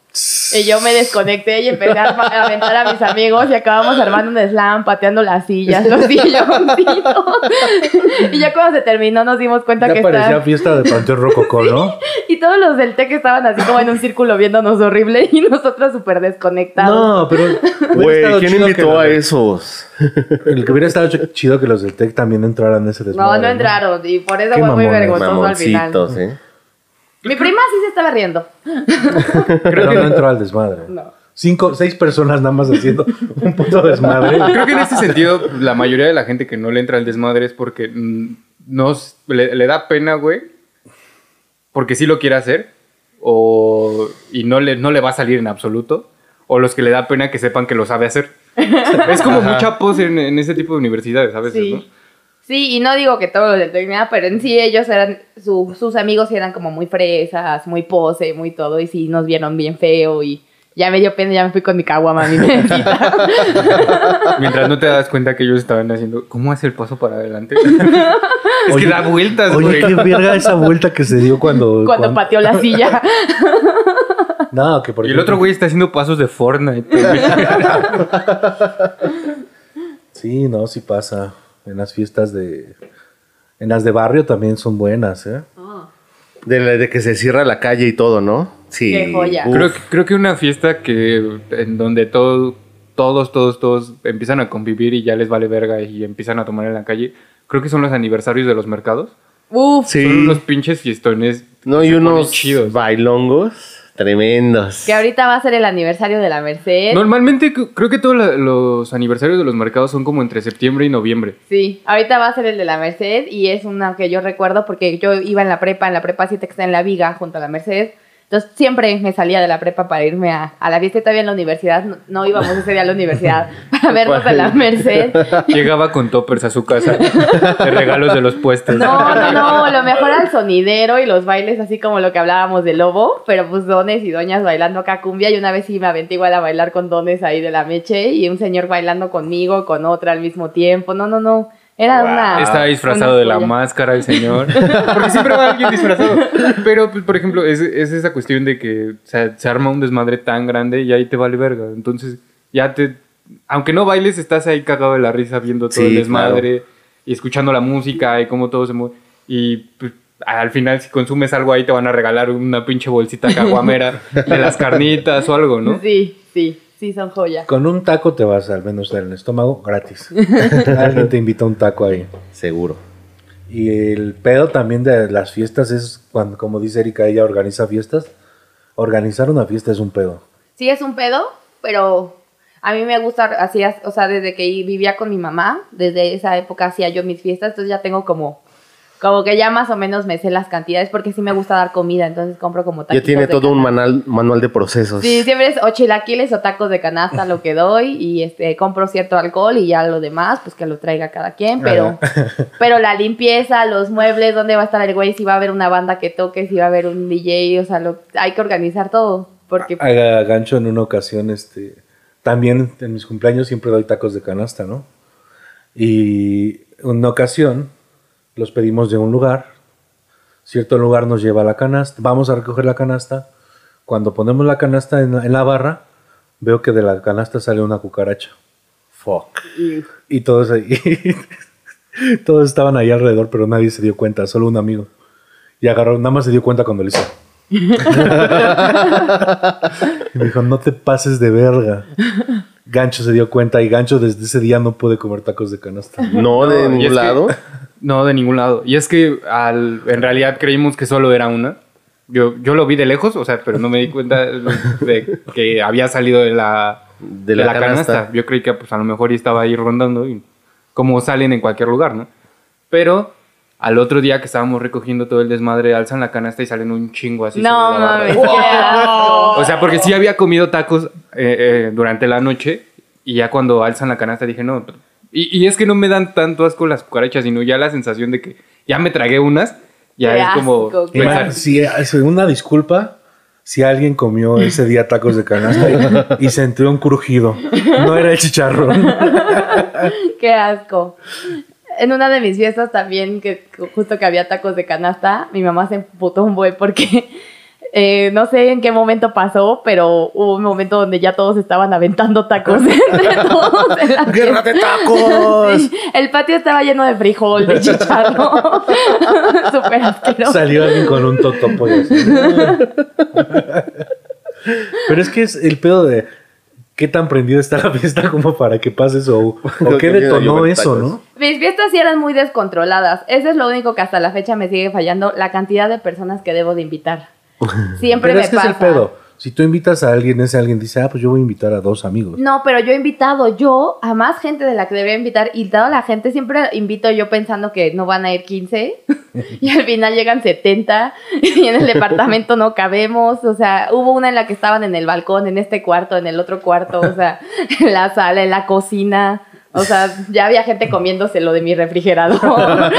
S4: Y yo me desconecté y empecé a arma- a aventar a mis amigos y acabamos armando un slam, pateando las sillas, los silloncitos. Y ya cuando se terminó nos dimos cuenta que
S3: Ya parecía
S4: estaba...
S3: fiesta de Panteón Rococó, ¿no?
S4: Y todos los del TEC estaban así como en un círculo viéndonos horrible y nosotros súper desconectados.
S3: No, pero. hubiera
S1: Güey,
S3: estado
S1: ¿quién
S3: chido que
S1: invitó
S3: los
S1: a
S3: de-
S1: esos?
S3: El que hubiera estado ch- chido que los del Tech también entraran a ese
S4: No,
S3: desmadre.
S4: no entraron y por eso
S3: Qué
S4: fue muy
S3: mamones,
S4: vergonzoso al final.
S1: Mamoncitos, ¿eh?
S4: Mi prima sí se estaba riendo.
S3: Pero no entró al desmadre.
S4: No.
S3: Cinco, seis personas nada más haciendo un puto desmadre.
S2: Creo que en ese sentido, la mayoría de la gente que no le entra al desmadre es porque mm, no s- le, le da pena, güey. Porque sí lo quiere hacer. O, y no le, no le va a salir en absoluto. O los que le da pena que sepan que lo sabe hacer. es como mucha pose en, en ese tipo de universidades a veces,
S4: Sí.
S2: ¿no?
S4: Sí, y no digo que todos los del Tec, nada, pero en sí ellos eran, su- sus amigos eran como muy fresas, muy pose, muy todo, y sí nos vieron bien feo y ya me dio pena, ya me fui con mi caguama, mi mentita.
S2: Mientras no te das cuenta que ellos estaban haciendo, ¿cómo hace el paso para adelante? es
S3: Oye,
S2: que da vueltas,
S3: Oye,
S2: güey.
S3: qué verga esa vuelta que se dio cuando.
S4: cuando
S3: cuan-
S4: pateó la silla.
S3: No, que por
S2: Y el otro
S3: ejemplo-
S2: güey está haciendo pasos de Fortnite. güey.
S3: Sí, no, sí pasa. En las fiestas de. En las de barrio también son buenas, ¿eh?
S1: De, la- de que se cierra la calle y todo, ¿no? Sí.
S4: Qué joya.
S1: Uf.
S2: Creo que, creo que una fiesta que en donde todo, todos, todos, todos empiezan a convivir y ya les vale verga y empiezan a tomar en la calle. Creo que son los aniversarios de los mercados.
S4: Uf,
S1: Sí.
S2: Son unos pinches fiestones.
S1: No, y
S2: se ponen
S1: unos
S2: chidos.
S1: bailongos tremendos.
S4: que ahorita va a ser el aniversario de la Merced.
S2: Normalmente c- creo que todos la- los aniversarios de los mercados son como entre septiembre y noviembre.
S4: Sí, ahorita va a ser el de la Merced y es una que yo recuerdo porque yo iba en la prepa, en la prepa 7 que está en la viga junto a la Merced. Entonces siempre me salía de la prepa para irme a, a la fiesta y todavía en la universidad. No, no íbamos ese día a la universidad para vernos en la Merced.
S2: Llegaba con toppers a su casa de regalos de los puestos.
S4: No, no, no, lo mejor al sonidero y los bailes así como lo que hablábamos de lobo, pero pues dones y doñas bailando acá cumbia y una vez sí me aventé igual a bailar con dones ahí de la meche y un señor bailando conmigo, con otra al mismo tiempo, no, no, no, era una...
S2: Está disfrazado
S4: una
S2: de la
S4: joya.
S2: máscara el señor. Porque siempre va alguien disfrazado. Pero, pues, por ejemplo, es, es esa cuestión de que se, se arma un desmadre tan grande y ahí te vale verga. Entonces, ya te. Aunque no bailes, estás ahí cagado de la risa viendo todo
S1: Sí,
S2: el desmadre y escuchando la música y cómo todo se mueve. Y pues, al final, si consumes algo ahí, te van a regalar una pinche bolsita caguamera de las carnitas o algo, ¿no?
S4: Sí, sí, sí, son joyas.
S3: Con un taco te vas al menos en el estómago gratis. Alguien te invita a un taco ahí.
S1: Seguro.
S3: Y el pedo también de las fiestas es cuando, como dice Erika, ella organiza fiestas. Organizar una fiesta es un pedo.
S4: Sí, es un pedo, pero a mí me gusta, así, as- o sea, desde que vivía con mi mamá, desde esa época hacía yo mis fiestas, entonces ya tengo como, como que ya más o menos me sé las cantidades, porque sí me gusta dar comida, entonces compro como
S1: Ya
S4: taquitos
S1: tiene
S4: de
S1: todo un
S4: canasta.
S1: manual, manual de procesos.
S4: Sí, siempre es o chilaquiles o tacos de canasta lo que doy y este compro cierto alcohol y ya lo demás pues que lo traiga cada quien, pero pero la limpieza, los muebles, dónde va a estar el güey, si va a haber una banda que toque, si va a haber un DJ, o sea, lo, hay que organizar todo porque pues,
S3: A gancho en una ocasión, este, también en mis cumpleaños siempre doy tacos de canasta, ¿no? Y una ocasión los pedimos de un lugar, cierto lugar nos lleva la canasta, vamos a recoger la canasta, cuando ponemos la canasta en la, en la barra, veo que de la canasta sale una cucaracha. Fuck. Y todos ahí, todos estaban ahí alrededor, pero nadie se dio cuenta, solo un amigo. Y agarró, nada más se dio cuenta cuando le hizo. Y me dijo, no te pases de verga. Gancho se dio cuenta y Gancho desde ese día no puede comer tacos de canasta.
S2: No,
S1: No,
S2: y
S1: de
S2: es que-
S1: ningún lado.
S2: No, de ningún lado. Y es que al, en realidad creímos que solo era una. Yo, yo lo vi de lejos, o sea, pero no me di cuenta de que había salido de la,
S1: De la canasta.
S2: Yo creí que pues, a lo mejor estaba ahí rondando, y, como salen en cualquier lugar, ¿no? Pero al otro día que estábamos recogiendo todo el desmadre, alzan la canasta y salen un chingo así.
S4: no
S2: sobre la barra.
S4: mames. qué asco.
S2: O sea, porque sí había comido tacos eh, eh, durante la noche y ya cuando alzan la canasta dije, no. Y, y es que no me dan tanto asco las cucarachas, sino ya la sensación de que ya me tragué unas, ya
S4: Qué
S2: es como...
S4: asco, qué
S2: pensar,
S3: Ima- Si, si una disculpa si alguien comió ese día tacos de canasta y, y sentí un crujido. No era el chicharrón.
S4: Qué asco. En una de mis fiestas también, que justo que había tacos de canasta, mi mamá se emputó un buen porque eh, no sé en qué momento pasó, pero hubo un momento donde ya todos estaban aventando tacos entre todos en la
S1: ¡Guerra de tacos!
S4: Sí, el patio estaba lleno de frijol, de chicharro. Súper asqueroso.
S3: Salió alguien con un totopo. y así. Pero es que es el pedo de qué tan prendida está la fiesta como para que pase eso. O, o qué detonó eso, ¿no?
S4: Mis fiestas sí eran muy descontroladas. Eso es lo único que hasta la fecha me sigue fallando, la cantidad de personas que debo de invitar. Siempre
S3: Pero
S4: me
S3: es que
S4: pasa.
S3: es el pedo. Si tú invitas a alguien, ese alguien dice, ah, pues yo voy a invitar a dos amigos.
S4: No, pero yo he invitado yo a más gente de la que debería invitar y toda la gente siempre invito yo pensando que no van a ir 15 y al final llegan 70 y en el departamento no cabemos, o sea, hubo una en la que estaban en el balcón, en este cuarto, en el otro cuarto, o sea, en la sala, en la cocina, O sea, ya había gente comiéndose lo de mi refrigerador.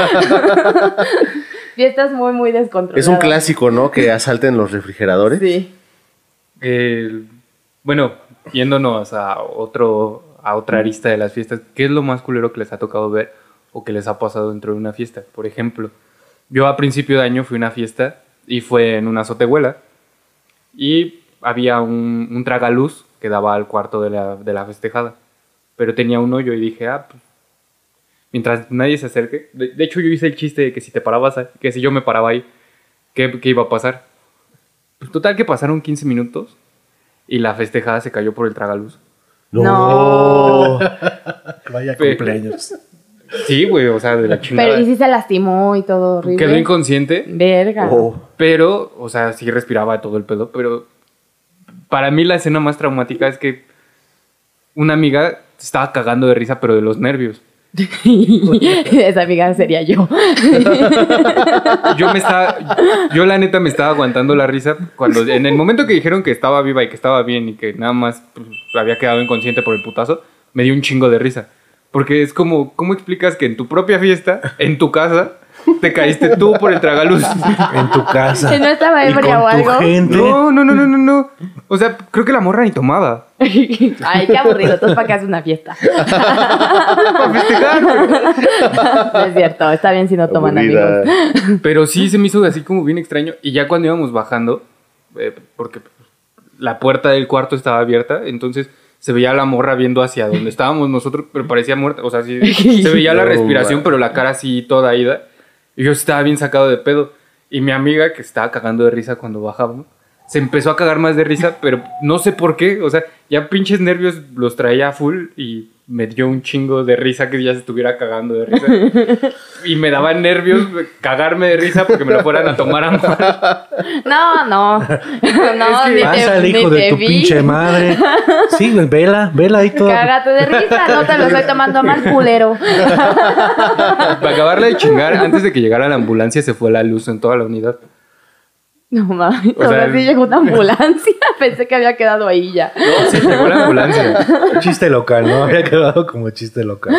S4: Fiestas muy, muy descontroladas.
S1: Es un clásico, ¿no? Que asalten los refrigeradores.
S4: Sí.
S2: Eh, bueno, yéndonos a otro a otra arista de las fiestas, ¿qué es lo más culero que les ha tocado ver o que les ha pasado dentro de una fiesta? Por ejemplo, yo a principio de año fui a una fiesta y fue en una azotehuela y había un, un tragaluz que daba al cuarto de la, de la festejada, pero tenía un hoyo y dije, ah, pues, mientras nadie se acerque, de, de hecho yo hice el chiste de que si te parabas, a- que si yo me paraba ahí, ¿qué, qué iba a pasar? Pues total que pasaron 15 minutos y la festejada se cayó por el tragaluz.
S4: No.
S3: Vaya
S2: Pe-
S3: cumpleaños.
S2: Sí, güey, o sea, de la
S4: Pero
S2: chingada.
S4: y sí se lastimó y todo horrible.
S2: Quedó inconsciente,
S4: Verga.
S1: Oh.
S2: pero, o sea, sí respiraba todo el pedo, pero para mí la escena más traumática es que una amiga se estaba cagando de risa, pero de los nervios.
S4: Esa amiga sería yo.
S2: Yo me estaba, yo la neta me estaba aguantando la risa cuando en el momento que dijeron que estaba viva y que estaba bien y que nada más pues, había quedado inconsciente por el putazo, me dio un chingo de risa. Porque es como, ¿cómo explicas que en tu propia fiesta, en tu casa, te caíste tú por el tragaluz?
S3: En tu casa.
S4: Que no estaba
S3: y con
S4: ebria o
S3: tu
S4: algo.
S3: gente.
S2: No, no, no, no, no, no. O sea, creo que la morra ni tomaba.
S4: Ay, qué aburrido. Entonces, ¿para qué haces una fiesta?
S2: Para festejar, güey.
S4: No es cierto. Está bien si no toman,
S1: Aburrida.
S4: amigos.
S2: Pero sí se me hizo así como bien extraño. Y ya cuando íbamos bajando, eh, porque la puerta del cuarto estaba abierta, entonces se veía a la morra viendo hacia donde estábamos nosotros, pero parecía muerta. O sea, sí, se veía la
S1: No,
S2: respiración,
S1: man.
S2: pero la cara así toda ida. Y yo estaba bien sacado de pedo. Y mi amiga, que estaba cagando de risa cuando bajábamos, se empezó a cagar más de risa, pero no sé por qué. O sea, ya pinches nervios los traía a full y me dio un chingo de risa que ya se estuviera cagando de risa. Y me daba nervios cagarme de risa porque me lo fueran a tomar a mal.
S4: No, no. No, ni te-
S3: Pásale, hijo
S4: ni
S3: de
S4: te
S3: tu
S4: vi.
S3: pinche madre. Sí, güey, vela, vela ahí todo.
S4: Cágate de risa, no te lo estoy tomando a mal, culero.
S2: Para acabarla de chingar, antes de que llegara la ambulancia se fue la luz en toda la unidad.
S4: No mames,
S2: O sea,
S4: ahora sí llegó una ambulancia. Pensé que había quedado ahí ya.
S2: No, sí, llegó la ambulancia.
S3: Chiste local, ¿no? Había quedado como chiste local.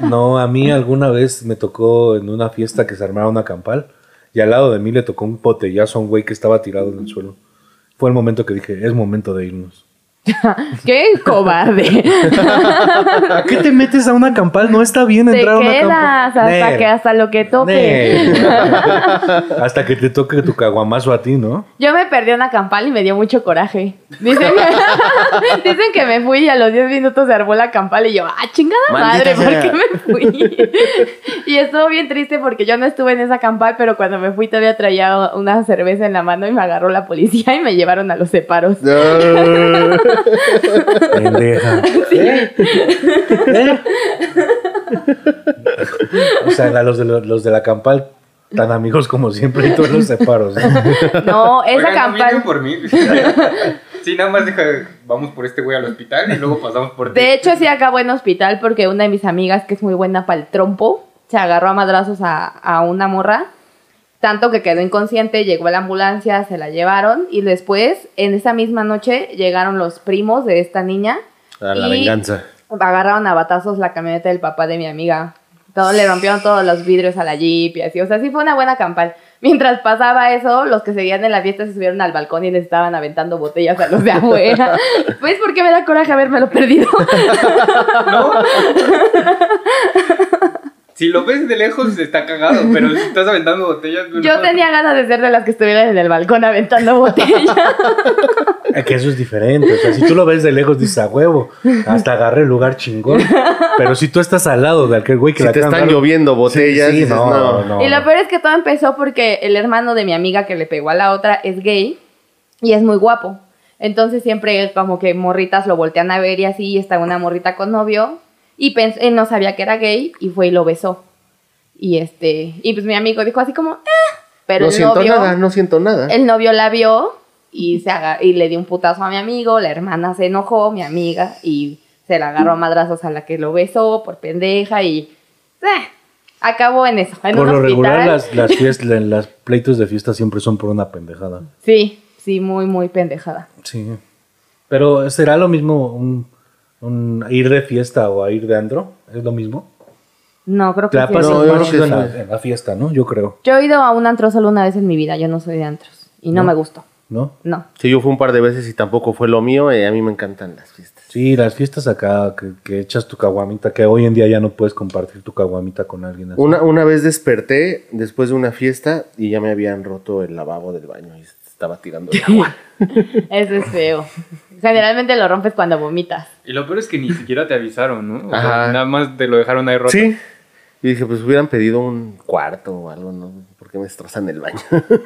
S3: No, a mí alguna vez me tocó en una fiesta que se armaba una campal y al lado de mí le tocó un botellazo a un güey que estaba tirado en el suelo. Fue el momento que dije, es momento de irnos.
S4: ¡Qué cobarde!
S3: ¿A qué te metes a una campal? No está bien
S4: Te
S3: entrar a una campal.
S4: quedas hasta
S3: Nel,
S4: que hasta lo que tope.
S3: Nel. Hasta que te toque tu caguamazo a ti, ¿no?
S4: Yo me perdí una campal y me dio mucho coraje. Dicen que, dicen que me fui y a los 10 minutos se armó la campal y yo, ah, chingada madre,
S1: Maldita
S4: ¿por
S1: sea.
S4: qué me fui? y estuvo bien triste porque yo no estuve en esa campal, pero cuando me fui todavía traía una cerveza en la mano y me agarró la policía y me llevaron a los separos.
S1: Ah,
S3: Pendeja. ¿Eh? ¿Eh? O sea, la- los, de, la- los de la campal, tan amigos como siempre, y todos los separos. ¿no?
S4: No, esa
S2: Oigan, no
S4: campal...
S2: vinieron por mí. Sí, nada más deja, vamos por este güey al hospital y luego pasamos por ti.
S4: De hecho, sí acabó en hospital porque una de mis amigas, que es muy buena para el trompo, se agarró a madrazos a, a una morra. Tanto que quedó inconsciente, llegó la ambulancia, se la llevaron y después, en esa misma noche, llegaron los primos de esta niña.
S1: A la
S4: y
S1: venganza.
S4: Agarraron a batazos la camioneta del papá de mi amiga. Todo, le rompieron todos los vidrios a la jeep y así. O sea, sí fue una buena campal. Mientras pasaba eso, los que seguían en la fiesta se subieron al balcón y les estaban aventando botellas a los de afuera. pues porque me da coraje habérmelo perdido.
S2: Si lo ves de lejos está cagado, pero si estás aventando botellas...
S4: Yo tenía ganas de ser de las que estuvieran en el balcón aventando botellas.
S3: Eh, Que eso es diferente. O sea, si tú lo ves de lejos, dices a huevo, hasta agarre el lugar chingón. Pero si tú estás al lado de aquel güey que
S1: Si
S3: la
S1: te
S3: acaban de
S1: están
S3: dar-
S1: lloviendo botellas,
S3: Sí,
S1: dices,
S3: no,
S1: no.
S3: no.
S4: Y lo peor es que todo empezó porque el hermano de mi amiga que le pegó a la otra es gay y es muy guapo. Entonces siempre como que morritas lo voltean a ver y así y está una morrita con novio y pens- él no sabía que era gay y fue y lo besó. Y este, y pues mi amigo dijo así como, "Eh", pero
S1: No
S4: el
S1: siento
S4: novio
S1: nada, no siento nada.
S3: ¿Eh?
S4: El novio la vio y, se aga- y le dio un putazo a mi amigo, la hermana se enojó, mi amiga, y se la agarró a madrazos a la que lo besó por pendeja y eh, acabó en eso. En
S3: Por
S4: un
S3: lo regular,
S4: hospital.
S3: las, las, fiestas, las pleitos de fiesta siempre son por una pendejada.
S4: Sí, sí, muy, muy pendejada.
S3: Sí. Pero será lo mismo un, un- a ir de fiesta o a ir de andro, es lo mismo.
S4: No, creo
S3: Te
S4: que
S3: la
S4: sí.
S3: pasas
S1: No, yo
S3: más
S1: creo
S3: chido
S1: que
S3: en
S1: sí.
S3: la, en la fiesta, ¿no? Yo creo,
S4: Yo he ido a un antro solo una vez en mi vida, yo no soy de antros. Y no, me gustó.
S3: ¿no?
S4: No.
S1: Sí, yo fui un par de veces y tampoco fue lo mío. eh, a mí me encantan las fiestas.
S3: Sí, las fiestas acá que, que echas tu caguamita, que hoy en día ya no puedes compartir tu caguamita con alguien así.
S1: Una, una vez desperté después de una fiesta y ya me habían roto el lavabo del baño y estaba tirando el agua.
S4: Eso es feo. Generalmente lo rompes cuando vomitas.
S2: Y lo peor es que ni siquiera te avisaron, ¿no? O sea,
S1: Ajá.
S2: nada más te lo dejaron ahí roto.
S1: Sí. Y dije, pues hubieran pedido un cuarto o algo, ¿no? Porque me destrozan el baño.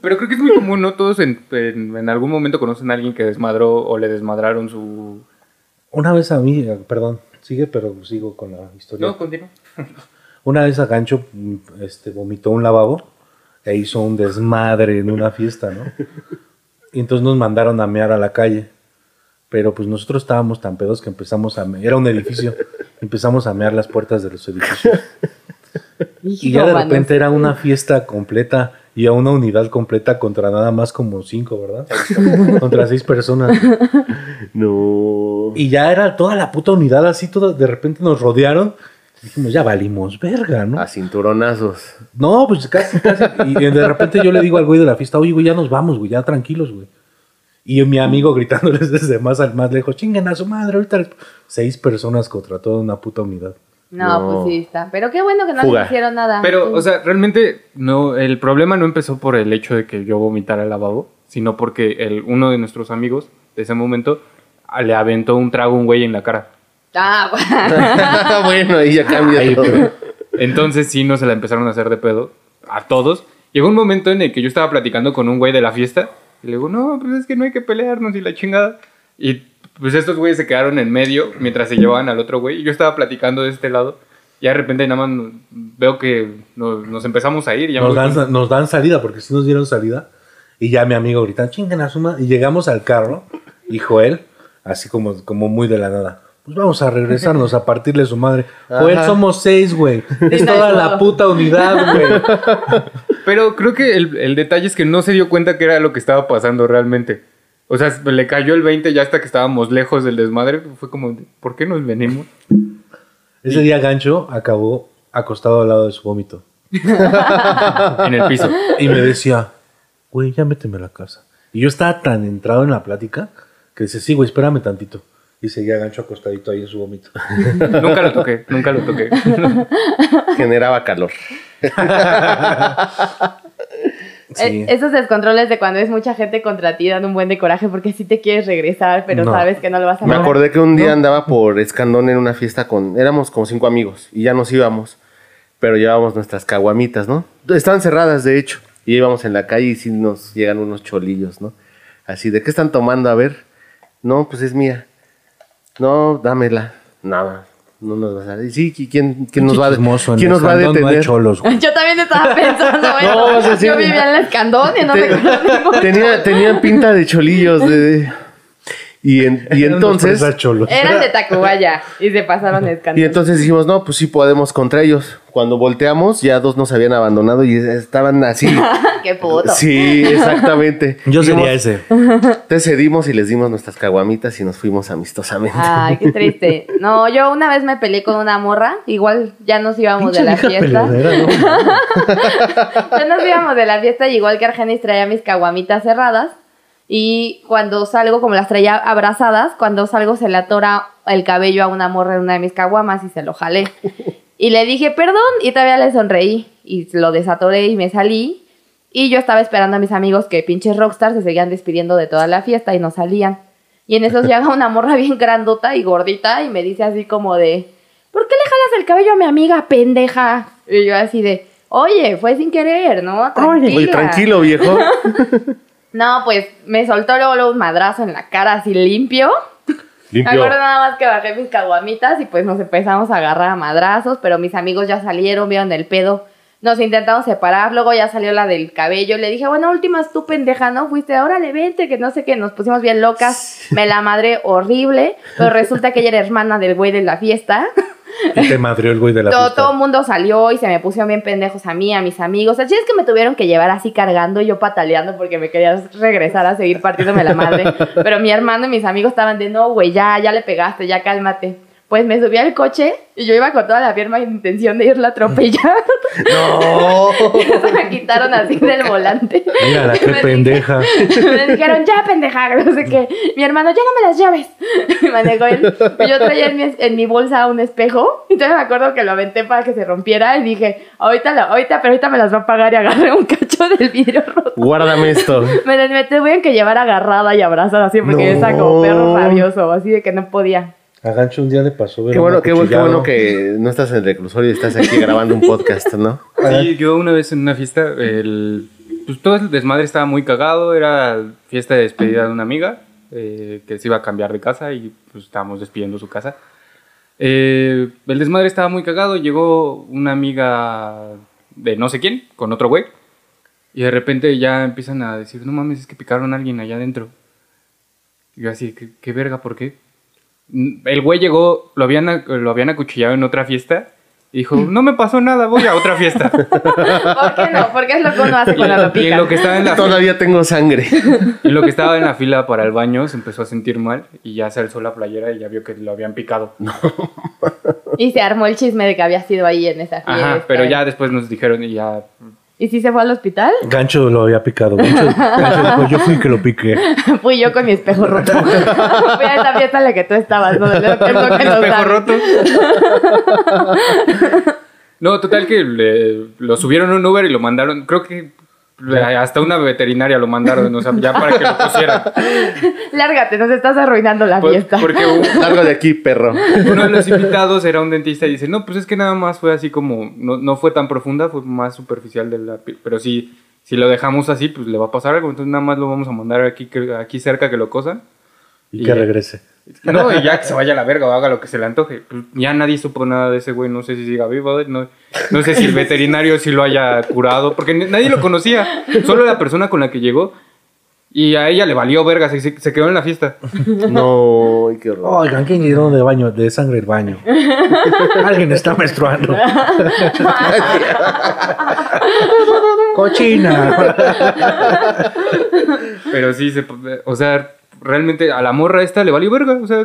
S2: Pero creo que es muy común, ¿no? Todos en, en- en algún momento conocen a alguien que desmadró o le desmadraron su...
S3: Una vez a mí, eh, perdón, sigue, pero sigo con la historia.
S2: No, pues. continúa.
S3: Una vez a Gancho mm, este, vomitó un lavabo e hizo un desmadre en una fiesta, ¿no? Y entonces nos mandaron a mear a la calle. Pero pues nosotros estábamos tan pedos que empezamos a mear. Era un edificio. Empezamos a mear las puertas de los edificios. Y ya de
S4: Hijo,
S3: repente era una fiesta completa y a una unidad completa contra nada más como cinco, ¿verdad? contra seis personas.
S1: No.
S3: Y ya era toda la puta unidad así, toda, de repente nos rodearon. Dijimos, ya valimos verga, ¿no?
S1: A cinturonazos.
S3: No, pues casi, casi. Y de repente yo le digo al güey de la fiesta, oye, güey, ya nos vamos, güey, ya tranquilos, güey. Y mi amigo gritándoles desde más al más lejos, chinguen a su madre, ahorita les-". seis personas contra toda una puta unidad.
S4: No,
S1: No.
S4: pues sí está. Pero qué bueno que no
S1: Fuga.
S4: les hicieron nada.
S2: Pero,
S4: Sí.
S2: o sea, realmente no, el problema no empezó por el hecho de que yo vomitara el lavabo, sino porque el, uno de nuestros amigos de ese momento a- le aventó un trago a un güey en la cara.
S4: Ah, bueno.
S1: bueno, ahí ya cambia todo.
S2: Entonces sí no se la empezaron a hacer de pedo a todos. Llegó un momento en el que yo estaba platicando con un güey de la fiesta y le digo, no, pues es que no hay que pelearnos y la chingada. Y pues estos güeyes se quedaron en medio mientras se llevaban al otro güey y yo estaba platicando de este lado. Y de repente nada más veo que no- nos, empezamos a ir. y ya me
S3: Nos
S2: voy con-
S3: dan, nos dan salida, porque sí nos dieron salida. Y ya mi amigo gritando, chinguen a su madre. Y llegamos al carro, y Joel, así como, como muy de la nada. Pues vamos a regresarnos a partirle su madre. Joel,
S1: Ajá.
S3: somos seis, güey. Es
S4: no hay
S3: toda la
S4: modo.
S3: puta unidad, güey.
S2: Pero creo que el, el detalle es que no se dio cuenta que era lo que estaba pasando realmente. O sea, le cayó el 20 ya hasta que estábamos lejos del desmadre. Fue como, ¿por qué nos venimos?
S3: Ese día Gancho acabó acostado al lado de su vómito.
S2: En el piso.
S3: Y me decía, güey, ya méteme a la casa. Y yo estaba tan entrado en la plática que dice, sí, güey, espérame tantito. Y seguía gancho acostadito ahí en su vómito.
S2: Nunca lo toqué, nunca lo toqué.
S1: Generaba calor.
S3: Sí.
S4: E- Esos descontroles de cuando es mucha gente contra ti dan un buen de coraje porque sí te quieres regresar, pero
S3: No.
S4: sabes que no lo vas a
S1: Me
S4: lograr.
S1: acordé que un día andaba por Escandón en una fiesta con. Éramos como cinco amigos y ya nos íbamos. Pero llevábamos nuestras caguamitas, ¿no? Estaban cerradas, de hecho. Y íbamos en la calle y sí nos llegan unos cholillos, ¿no? Así, ¿de qué están tomando? A ver. No, pues es mía. No, dámela. Nada. No nos vas a dar. Y sí, ¿qui- ¿quién, quién nos va a
S3: Chismoso, en
S1: ¿Quién nos va a
S3: Escandón no hay
S1: detener?
S3: cholos, güey.
S4: Yo también estaba pensando eso.
S1: No, o sea, sí.
S4: Yo vivía en el escandón y no
S1: Te-
S4: recuerdo ningún-
S1: tenía, tenían pinta de cholillos. de- de- y, en- y
S3: Eran unos
S1: entonces.
S3: fresas cholos.
S4: Eran de Tacubaya y se pasaron el escandón.
S1: Y entonces dijimos, no, pues sí podemos contra ellos. Cuando volteamos, ya dos nos habían abandonado y estaban así.
S4: Qué puto.
S1: sí, exactamente.
S3: Yo
S1: Dijimos,
S3: sería ese.
S1: Te cedimos y les dimos nuestras caguamitas y nos fuimos amistosamente.
S4: Ay, qué triste. No, yo una vez me peleé con una morra, igual ya nos íbamos
S3: Pinche
S4: de la
S3: vieja
S4: fiesta.
S3: peleadera, ¿no?
S4: Ya nos íbamos de la fiesta y igual que Argenis traía mis caguamitas cerradas. Y cuando salgo, como las traía abrazadas, cuando salgo se le atora el cabello a una morra en una de mis caguamas y se lo jalé. Y le dije, perdón, y todavía le sonreí. Y lo desatoré y me salí. Y yo estaba esperando a mis amigos que pinches rockstars se seguían despidiendo de toda la fiesta y no salían. Y en eso llega una morra bien grandota y gordita y me dice así como de, ¿por qué le jalas el cabello a mi amiga, pendeja? Y yo así de, oye, fue sin querer, ¿no? Tranquila.
S1: Oye, tranquilo, viejo.
S4: No, pues me soltó luego, luego un madrazo en la cara así limpio. Me acuerdo nada más que bajé mis caguamitas y pues nos empezamos a agarrar a madrazos, pero mis amigos ya salieron, vieron el pedo. Nos intentamos separar, luego ya salió la del cabello. Le dije, bueno, últimas tú, pendeja, ¿no? Fuiste, órale, vente, que no sé qué. Nos pusimos bien locas. Me la madre horrible, pero resulta que ella era hermana del güey de la fiesta.
S3: Y te madrió el güey de la
S4: todo,
S3: fiesta.
S4: todo el mundo salió y se me pusieron bien pendejos a mí, a mis amigos. El chiste es que me tuvieron que llevar así cargando y yo pataleando porque me quería regresar a seguir partiéndome la madre. Pero mi hermano y mis amigos estaban de, no, güey, ya, ya le pegaste, ya cálmate. Pues me subí al coche y yo iba con toda la firma intención de irlo atropellando.
S1: No.
S4: Se me quitaron así del volante.
S3: Mírala, qué
S4: Me
S3: pendeja.
S4: Me dijeron, ya pendeja, no sé qué. Mi hermano, ya no me las llaves. Y manejó él. Y yo traía en mi, es- en mi bolsa un espejo. Entonces me acuerdo que lo aventé para que se rompiera. Y dije, ahorita, lo- ahorita, pero ahorita me las va a pagar. Y agarré un cacho del vidrio roto.
S1: Guárdame esto.
S4: Me, las- me tuvieron que llevar agarrada y abrazada así porque yo estaba como perro
S1: No.
S4: rabioso. Así de que no podía.
S3: A Gancho un día le pasó. ver
S1: Qué
S3: un
S1: bueno, qué bueno, qué
S3: acuchillado.
S1: bueno que no estás en el reclusorio y estás aquí grabando un podcast, ¿no?
S2: Sí, yo una vez en una fiesta, el, pues todo el desmadre estaba muy cagado, era fiesta de despedida de una amiga eh, que se iba a cambiar de casa y pues estábamos despidiendo su casa. Eh, el desmadre estaba muy cagado, llegó una amiga de no sé quién, con otro güey, y de repente ya empiezan a decir, no mames, es que picaron a alguien allá adentro. Y yo así, ¿qué, qué verga? ¿Por qué? Mm, El güey llegó, lo habían, ac- lo habían acuchillado en otra fiesta. y Dijo, no me pasó nada, voy a otra fiesta.
S4: ¿Por qué no? Porque es lo que uno hace cuando lo
S2: y en
S4: pican.
S2: lo que estaba en la fila,
S1: Todavía tengo sangre.
S2: en lo que estaba en la fila para el baño se empezó a sentir mal y ya se alzó la playera y ya vio que lo habían picado.
S4: Y se armó el chisme de que había sido ahí en esa fiesta.
S2: Ajá, pero ya después nos dijeron y ya
S4: ¿Y si se fue al hospital?
S3: Gancho lo había picado. Gancho, Gancho dijo, yo fui que lo piqué.
S4: Fui yo con mi espejo roto. Fui a esa fiesta en la que tú estabas, ¿no? Es lo que- es lo que no
S2: espejo
S4: sabes.
S2: roto. No, total que le- lo subieron a un Uber y lo mandaron, creo que hasta una veterinaria lo mandaron, o sea, ya para que lo pusieran.
S4: Lárgate, nos estás arruinando la
S2: Por-
S4: fiesta.
S2: porque un-
S1: Largo de aquí, perro.
S2: uno de los invitados era un dentista y dice, no, pues es que nada más fue así como, no, no fue tan profunda, fue más superficial de la piel, pero si, si lo dejamos así, pues le va a pasar algo, entonces nada más lo vamos a mandar aquí, que- aquí cerca que lo cosan.
S3: Y que regrese.
S2: No, y ya que se vaya a la verga o haga lo que se le antoje. Pues ya nadie supo nada de ese güey, no sé si siga vivo, no, no sé si el veterinario sí lo haya curado, porque ni- nadie lo conocía, solo la persona con la que llegó. Y a ella le valió verga, se, se quedó en la fiesta.
S1: No, ay, qué horror.
S3: Oigan, ¿quién llenó de baño? De sangre el baño. Alguien está menstruando. Cochina.
S2: Pero sí, se, eh, o sea, realmente a la morra esta le valió verga, o sea...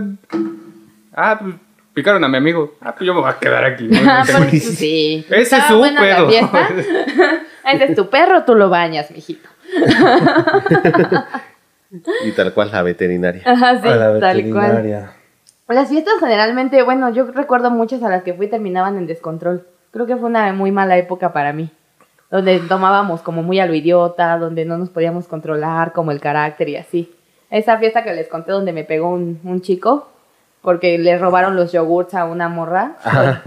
S2: Ah, pues picaron a mi amigo. Ah, pues yo me voy a quedar aquí. ¿no?
S4: Ah, pues, sí.
S2: Ese es
S4: Estaba
S2: su
S4: buena la
S2: pedo.
S4: fiesta. Ese es tu perro, tú lo bañas, mijito.
S1: Y tal cual la veterinaria.
S4: Ajá, sí,
S3: A la
S4: tal cual.
S3: veterinaria.
S4: Las fiestas generalmente, bueno, yo recuerdo muchas a las que fui terminaban en descontrol. Creo que fue una muy mala época para mí. Donde tomábamos como muy a lo idiota, donde no nos podíamos controlar, como el carácter y así. Esa fiesta que les conté donde me pegó un, un chico porque le robaron los yogurts a una morra.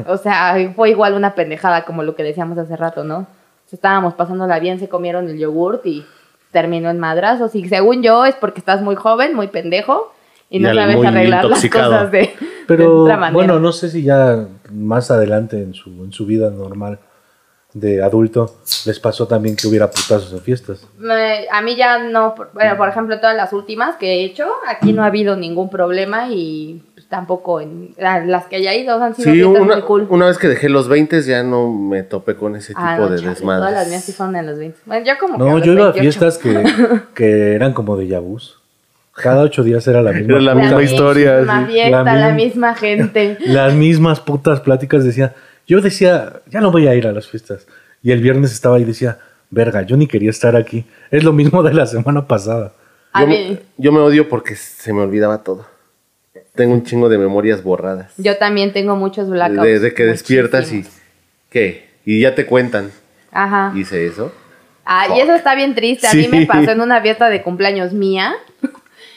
S4: O sea, fue igual una pendejada como lo que decíamos hace rato, ¿no? Estábamos pasándola bien, se comieron el yogurt y terminó en madrazos. Y según yo es porque estás muy joven, muy pendejo y no
S1: Y al-
S4: sabes
S1: muy
S4: arreglar las
S1: intoxicado.
S4: cosas de, de
S3: Pero
S4: otra manera.
S3: bueno, no sé si ya más adelante en su, en su vida normal de adulto les pasó también que hubiera putazos en fiestas.
S4: Me- a mí ya no, por- bueno, por ejemplo, todas las últimas que he hecho, aquí no ha habido ningún problema y pues, tampoco en la- las que haya ido han sido
S1: Sí,
S4: fiestas
S1: una,
S4: muy cool.
S1: una vez que dejé los 20 ya no me topé con ese tipo
S4: Ah, no,
S1: de
S4: chale, Todas las mías sí
S1: desmadres.
S4: fueron en los 20. Bueno, yo como que
S3: No,
S4: los
S3: yo iba a
S4: 28.
S3: fiestas que, que eran como de yabús. Cada ocho días era la misma.
S1: Era la
S3: puta-
S1: misma historia,
S4: misma
S1: sí.
S4: fiesta,
S3: La
S4: la,
S3: mi-
S4: misma gente.
S3: Las mismas putas pláticas decía. Yo decía, ya no voy a ir a las fiestas. Y el viernes estaba ahí y decía, verga, yo ni quería estar aquí. Es lo mismo de la semana pasada.
S4: A
S1: Yo,
S4: mí,
S1: me- yo me odio porque se me olvidaba todo. Tengo un chingo de memorias borradas.
S4: yo también tengo muchos blackouts.
S1: Desde que despiertas y...
S4: muchísimos.
S1: ¿Qué? Y ya te cuentan.
S4: Ajá.
S1: Hice eso.
S4: Ah, y eso está bien triste. A mí
S1: Sí.
S4: me pasó en una fiesta de cumpleaños mía.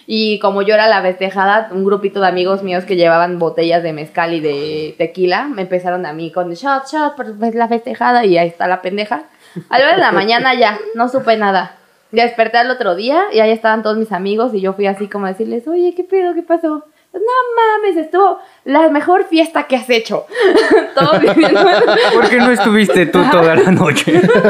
S4: Y como yo era la festejada, un grupito de amigos míos que llevaban botellas de mezcal y de tequila me empezaron a mí con shot, shot, por pues, la festejada y ahí está la pendeja. A la hora de la mañana ya, no supe nada. Ya desperté al otro día y ahí estaban todos mis amigos y yo fui así como a decirles, oye, ¿qué pedo? ¿Qué pasó? No mames, estuvo la mejor fiesta que has hecho. todos diciendo,
S2: ¿Por qué no estuviste tú toda la noche?
S4: Me fui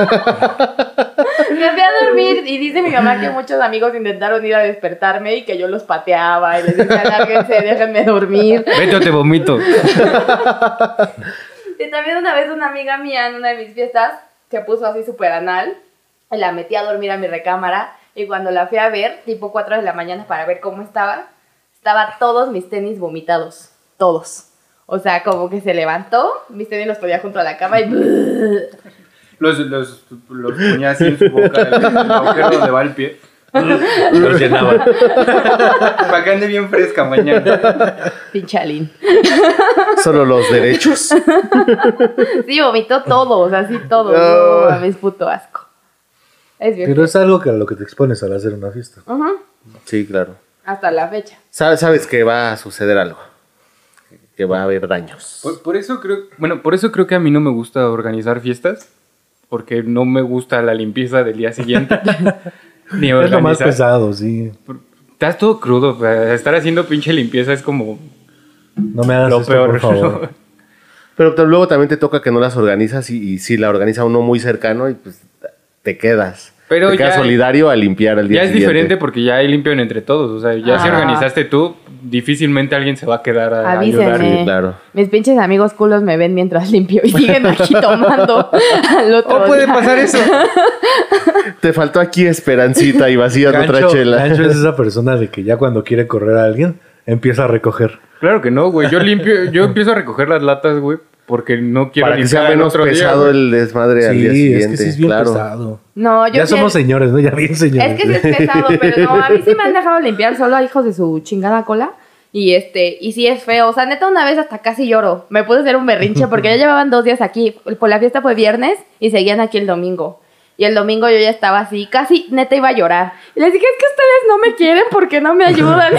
S4: a dormir y dice mi mamá que muchos amigos intentaron ir a despertarme y que yo los pateaba y les decía, lárguense, déjenme dormir.
S2: Vete o te vomito.
S4: Y también una vez una amiga mía en una de mis fiestas se puso así súper anal y la metí a dormir a mi recámara y cuando la fui a ver, tipo 4 de la mañana para ver cómo estaba, estaba todos mis tenis vomitados, todos. O sea, como que se levantó, mis tenis los podía junto a la cama y...
S2: Los, los, los ponía así en su boca, el, el agujero donde va el pie.
S1: Los llenaba.
S2: Para que ande bien fresca mañana.
S4: Pinchalín.
S1: Solo los derechos.
S4: Sí, vomitó todo, o sea, sí todo.
S1: No.
S4: No, mames, puto asco. Es bien.
S3: Pero es algo que a lo que te expones al hacer una fiesta.
S4: Ujú,
S1: Sí, claro.
S4: Hasta la fecha.
S1: Sabes, sabes que va a suceder algo. Que va a haber daños.
S2: Por, por eso creo, bueno, por eso creo que a mí no me gusta organizar fiestas, porque no me gusta la limpieza del día siguiente. Ni
S3: Es lo más
S2: organizar.
S3: pesado, sí.
S2: Estás todo crudo, pa- estar haciendo pinche limpieza es como
S3: No me hagas
S2: lo
S3: esto,
S2: peor.
S3: por favor.
S1: Pero t- luego también te toca que no las organizas y, y si la organiza uno muy cercano y pues te quedas.
S2: Pero
S1: te quedas
S2: ya-
S1: solidario a limpiar el día
S2: Ya es
S1: siguiente.
S2: diferente porque ya hay limpian entre todos, o sea, ya si
S4: Ah.
S2: organizaste tú, difícilmente alguien se va a quedar a
S4: Avísenme.
S2: ayudar.
S1: Sí, claro.
S4: Mis pinches amigos culos me ven mientras limpio y siguen aquí tomando al otro
S3: Oh,
S2: ¿Cómo Oh, puede
S4: día.
S2: pasar eso?
S1: Te faltó aquí esperancita y vacía de otra
S3: Gancho-
S1: chela.
S3: Gancho es esa persona de que ya cuando quiere correr a alguien, empieza a recoger.
S2: Claro que no, güey. Yo limpio, yo empiezo a recoger las latas, güey, porque no quiero
S1: Para que
S2: limpiar
S1: sea
S2: el
S1: menos
S2: otro día,
S1: pesado
S2: güey.
S1: el desmadre al día
S3: Sí, es
S1: siguiente.
S3: que sí es bien
S1: claro.
S3: pesado.
S4: No, yo
S3: Ya
S4: sí-
S3: somos señores, ¿no? Ya bien señores.
S4: Es que sí es pesado, pero no, a mí sí me han dejado limpiar solo a hijos de su chingada cola. Y este, y sí es feo. O sea, neta, una vez hasta casi lloro. Me puse a hacer un berrinche porque ya llevaban dos días aquí. Por la fiesta fue viernes y seguían aquí el domingo. Y el domingo yo ya estaba así, casi neta iba a llorar. Y les dije, es que ustedes no me quieren porque no me ayudan.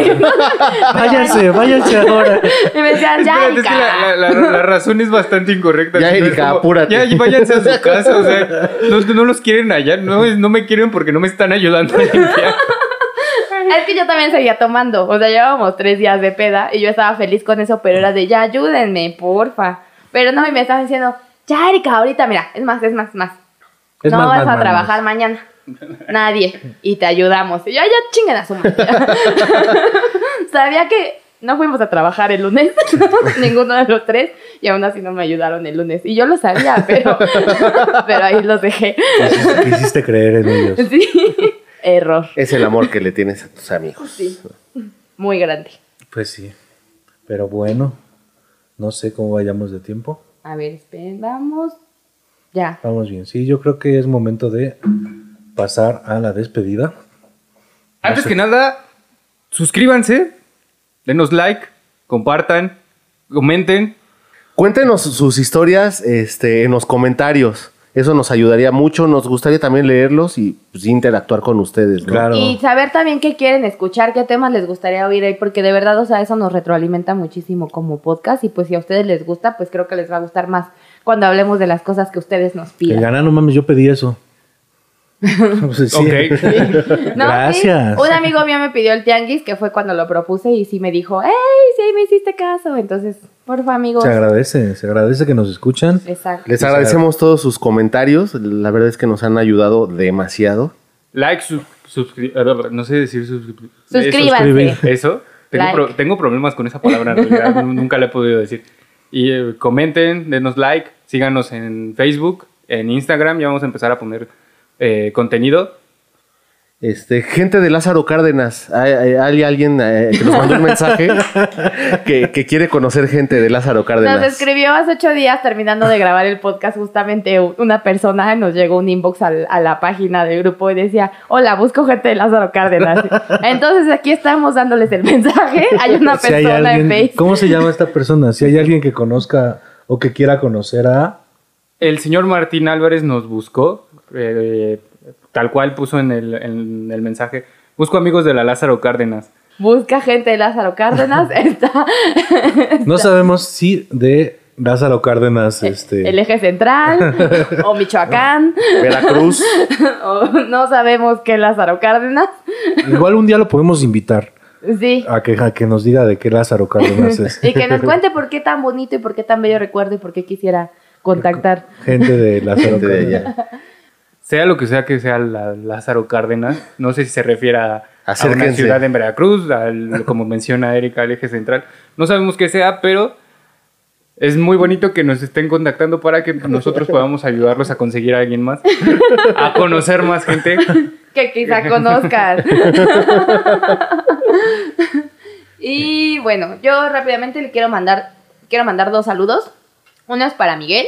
S3: Váyanse, váyanse ahora.
S4: Y me decían, ya,
S2: Espérate, es que
S4: Erika".
S2: la, la- la- la razón es bastante incorrecta.
S1: Ya,
S2: Es
S1: Erika,
S2: como,
S1: apúrate.
S2: Ya, y váyanse a su casa, o sea, no, no los quieren allá, no, es- no me quieren porque no me están ayudando a limpiar.
S4: Es que yo también seguía tomando. O sea, llevábamos tres días de peda y yo estaba feliz con eso, pero era de ya ayúdenme, porfa. Pero no, y me estaban diciendo, ya Erika, ahorita, mira, es más, es más, es más.
S3: Es
S4: no
S3: más,
S4: vas
S3: más,
S4: a
S3: más,
S4: trabajar mañana. Nadie. Y te ayudamos. Y yo, "Ay, ya chinguen a su madre". Sabía que no fuimos a trabajar el lunes, ninguno de los tres, y aún así no me ayudaron el lunes. Y yo lo sabía, pero, pero ahí los dejé.
S3: Quisiste- Quisiste creer en ellos.
S4: Sí. Error.
S1: Es el amor que le tienes a tus amigos.
S4: Pues Sí. Muy grande.
S3: Pues sí. Pero bueno, no sé cómo vayamos de tiempo.
S4: A ver, esperen, vamos. Ya.
S3: Vamos bien. Sí, yo creo que es momento de pasar a la despedida.
S2: Antes que nada, suscríbanse, denos like, compartan, comenten.
S1: Cuéntenos sus historias este, en los comentarios. Eso nos ayudaría mucho. Nos gustaría también leerlos y pues, interactuar con ustedes. ¿no?
S3: Claro.
S4: Y saber también qué quieren escuchar, qué temas les gustaría oír ahí, porque de verdad, o sea, eso nos retroalimenta muchísimo como podcast y pues si a ustedes les gusta, pues creo que les va a gustar más cuando hablemos de las cosas que ustedes nos
S3: El
S4: pidan.
S3: ganar, no mames, yo pedí eso. Pues sí.
S2: Ok.
S4: No,
S3: Gracias.
S4: sí, un amigo mío me pidió el tianguis, que fue cuando lo propuse y sí me dijo, hey, sí, me hiciste caso. Entonces, porfa, amigos.
S3: Se agradece, se agradece que nos escuchan.
S4: Exacto.
S1: Les agradecemos todos sus comentarios. La verdad es que nos han ayudado demasiado.
S2: Like, sub, suscri- eh, no sé decir suscri-
S4: Suscríbanse.
S2: eh, Eso. Tengo,
S4: Like.
S2: pro- tengo problemas con esa palabra, en realidad, nu- nunca la he podido decir. Y eh, comenten, denos like, síganos en Facebook, en Instagram, ya vamos a empezar a poner eh, contenido.
S1: Este, gente de Lázaro Cárdenas, hay, hay- hay alguien eh, que nos mandó un mensaje que, que quiere conocer gente de Lázaro Cárdenas.
S4: Nos escribió hace ocho días terminando de grabar el podcast justamente u- una persona nos llegó un inbox al- a la página del grupo y decía, hola, busco gente de Lázaro Cárdenas. Entonces aquí estamos dándoles el mensaje. Hay una
S3: Si hay
S4: persona en
S3: alguien-
S4: Facebook.
S3: ¿Cómo se llama esta persona? Si hay alguien que conozca o que quiera conocer a...
S2: El señor Martín Álvarez nos buscó, eh, tal cual puso en el, en el mensaje, busco amigos de la Lázaro Cárdenas.
S4: Busca gente de Lázaro Cárdenas. Está Eh,
S3: No sabemos si de Lázaro Cárdenas, este...
S4: el eje central o Michoacán.
S1: Veracruz.
S4: o no sabemos qué Lázaro Cárdenas.
S3: Igual un día lo podemos invitar
S4: Sí.
S3: a que, a que nos diga de qué Lázaro Cárdenas es.
S4: Y que nos cuente por qué tan bonito y por qué tan bello recuerdo y por qué quisiera contactar.
S3: Gente de Lázaro
S1: Gente de
S3: Cárdenas.
S2: sea lo que sea que sea la- Lázaro Cárdenas, no sé si se refiere a, a una
S1: Acérquense.
S2: ciudad en Veracruz, al- como menciona Erika, al eje central. No sabemos qué sea, pero es muy bonito que nos estén contactando para que nosotros podamos ayudarlos a conseguir a alguien más, a conocer más gente.
S4: que quizá conozcas. y bueno, yo rápidamente le quiero mandar, quiero mandar dos saludos. Uno es para Miguel,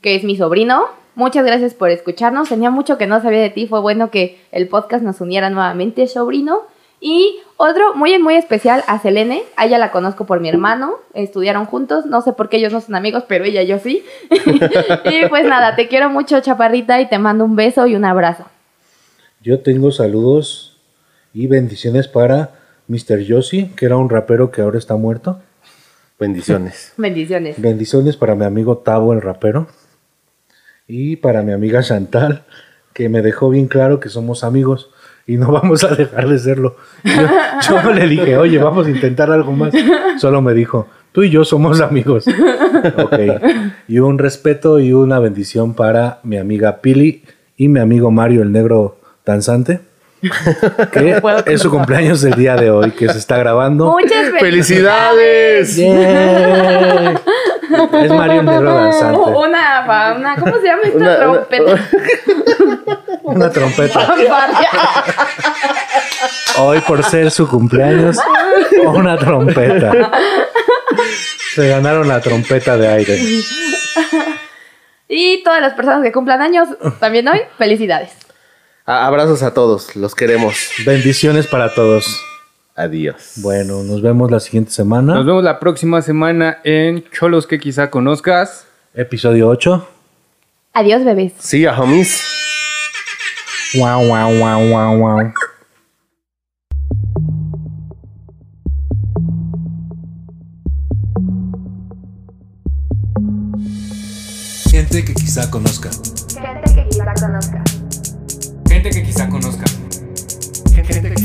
S4: que es mi sobrino. Muchas gracias por escucharnos. Tenía mucho que no sabía de ti. Fue bueno que el podcast nos uniera nuevamente, sobrino. Y otro muy, muy especial a Selene. A ella la conozco por mi hermano. Estudiaron juntos. No sé por qué ellos no son amigos, pero ella y yo sí. y pues nada, te quiero mucho, chaparrita, y te mando un beso y un abrazo.
S3: Yo tengo saludos y bendiciones para Mr. Yossi, que era un rapero que ahora está muerto.
S1: Bendiciones.
S4: Bendiciones.
S3: Bendiciones para mi amigo Tavo, el rapero. Y para mi amiga Chantal, que me dejó bien claro que somos amigos y no vamos a dejar de serlo. Yo, yo no le dije, oye, vamos a intentar algo más. Solo me dijo, tú y yo somos amigos. Ok. Y un respeto y una bendición para mi amiga Pili y mi amigo Mario, el negro danzante. Que es su cumpleaños el día de hoy, que se está grabando.
S4: Muchas
S1: ¡Felicidades!
S3: ¡Yay! Es Mario el negro danzante.
S4: Una, fa- una, ¿cómo se llama esta
S1: Una- una-
S4: trompeta?
S3: Una trompeta.
S4: Fanfarria.
S3: Hoy por ser su cumpleaños, una trompeta. Se ganaron la trompeta de aire.
S4: y todas las personas que cumplan años también hoy, felicidades.
S1: A- abrazos a todos, los queremos.
S3: Bendiciones para todos.
S1: Adiós.
S3: Bueno, nos vemos la siguiente
S2: Nos
S3: semana.
S2: vemos la próxima semana en Cholos que quizá conozcas.
S3: Episodio 8.
S4: Adiós, bebés.
S1: Sí, a homies.
S3: Wow, wow, wow, wow, wow.
S5: Gente que quizá conozca.
S2: Gente que quizá conozcas.
S5: Gente que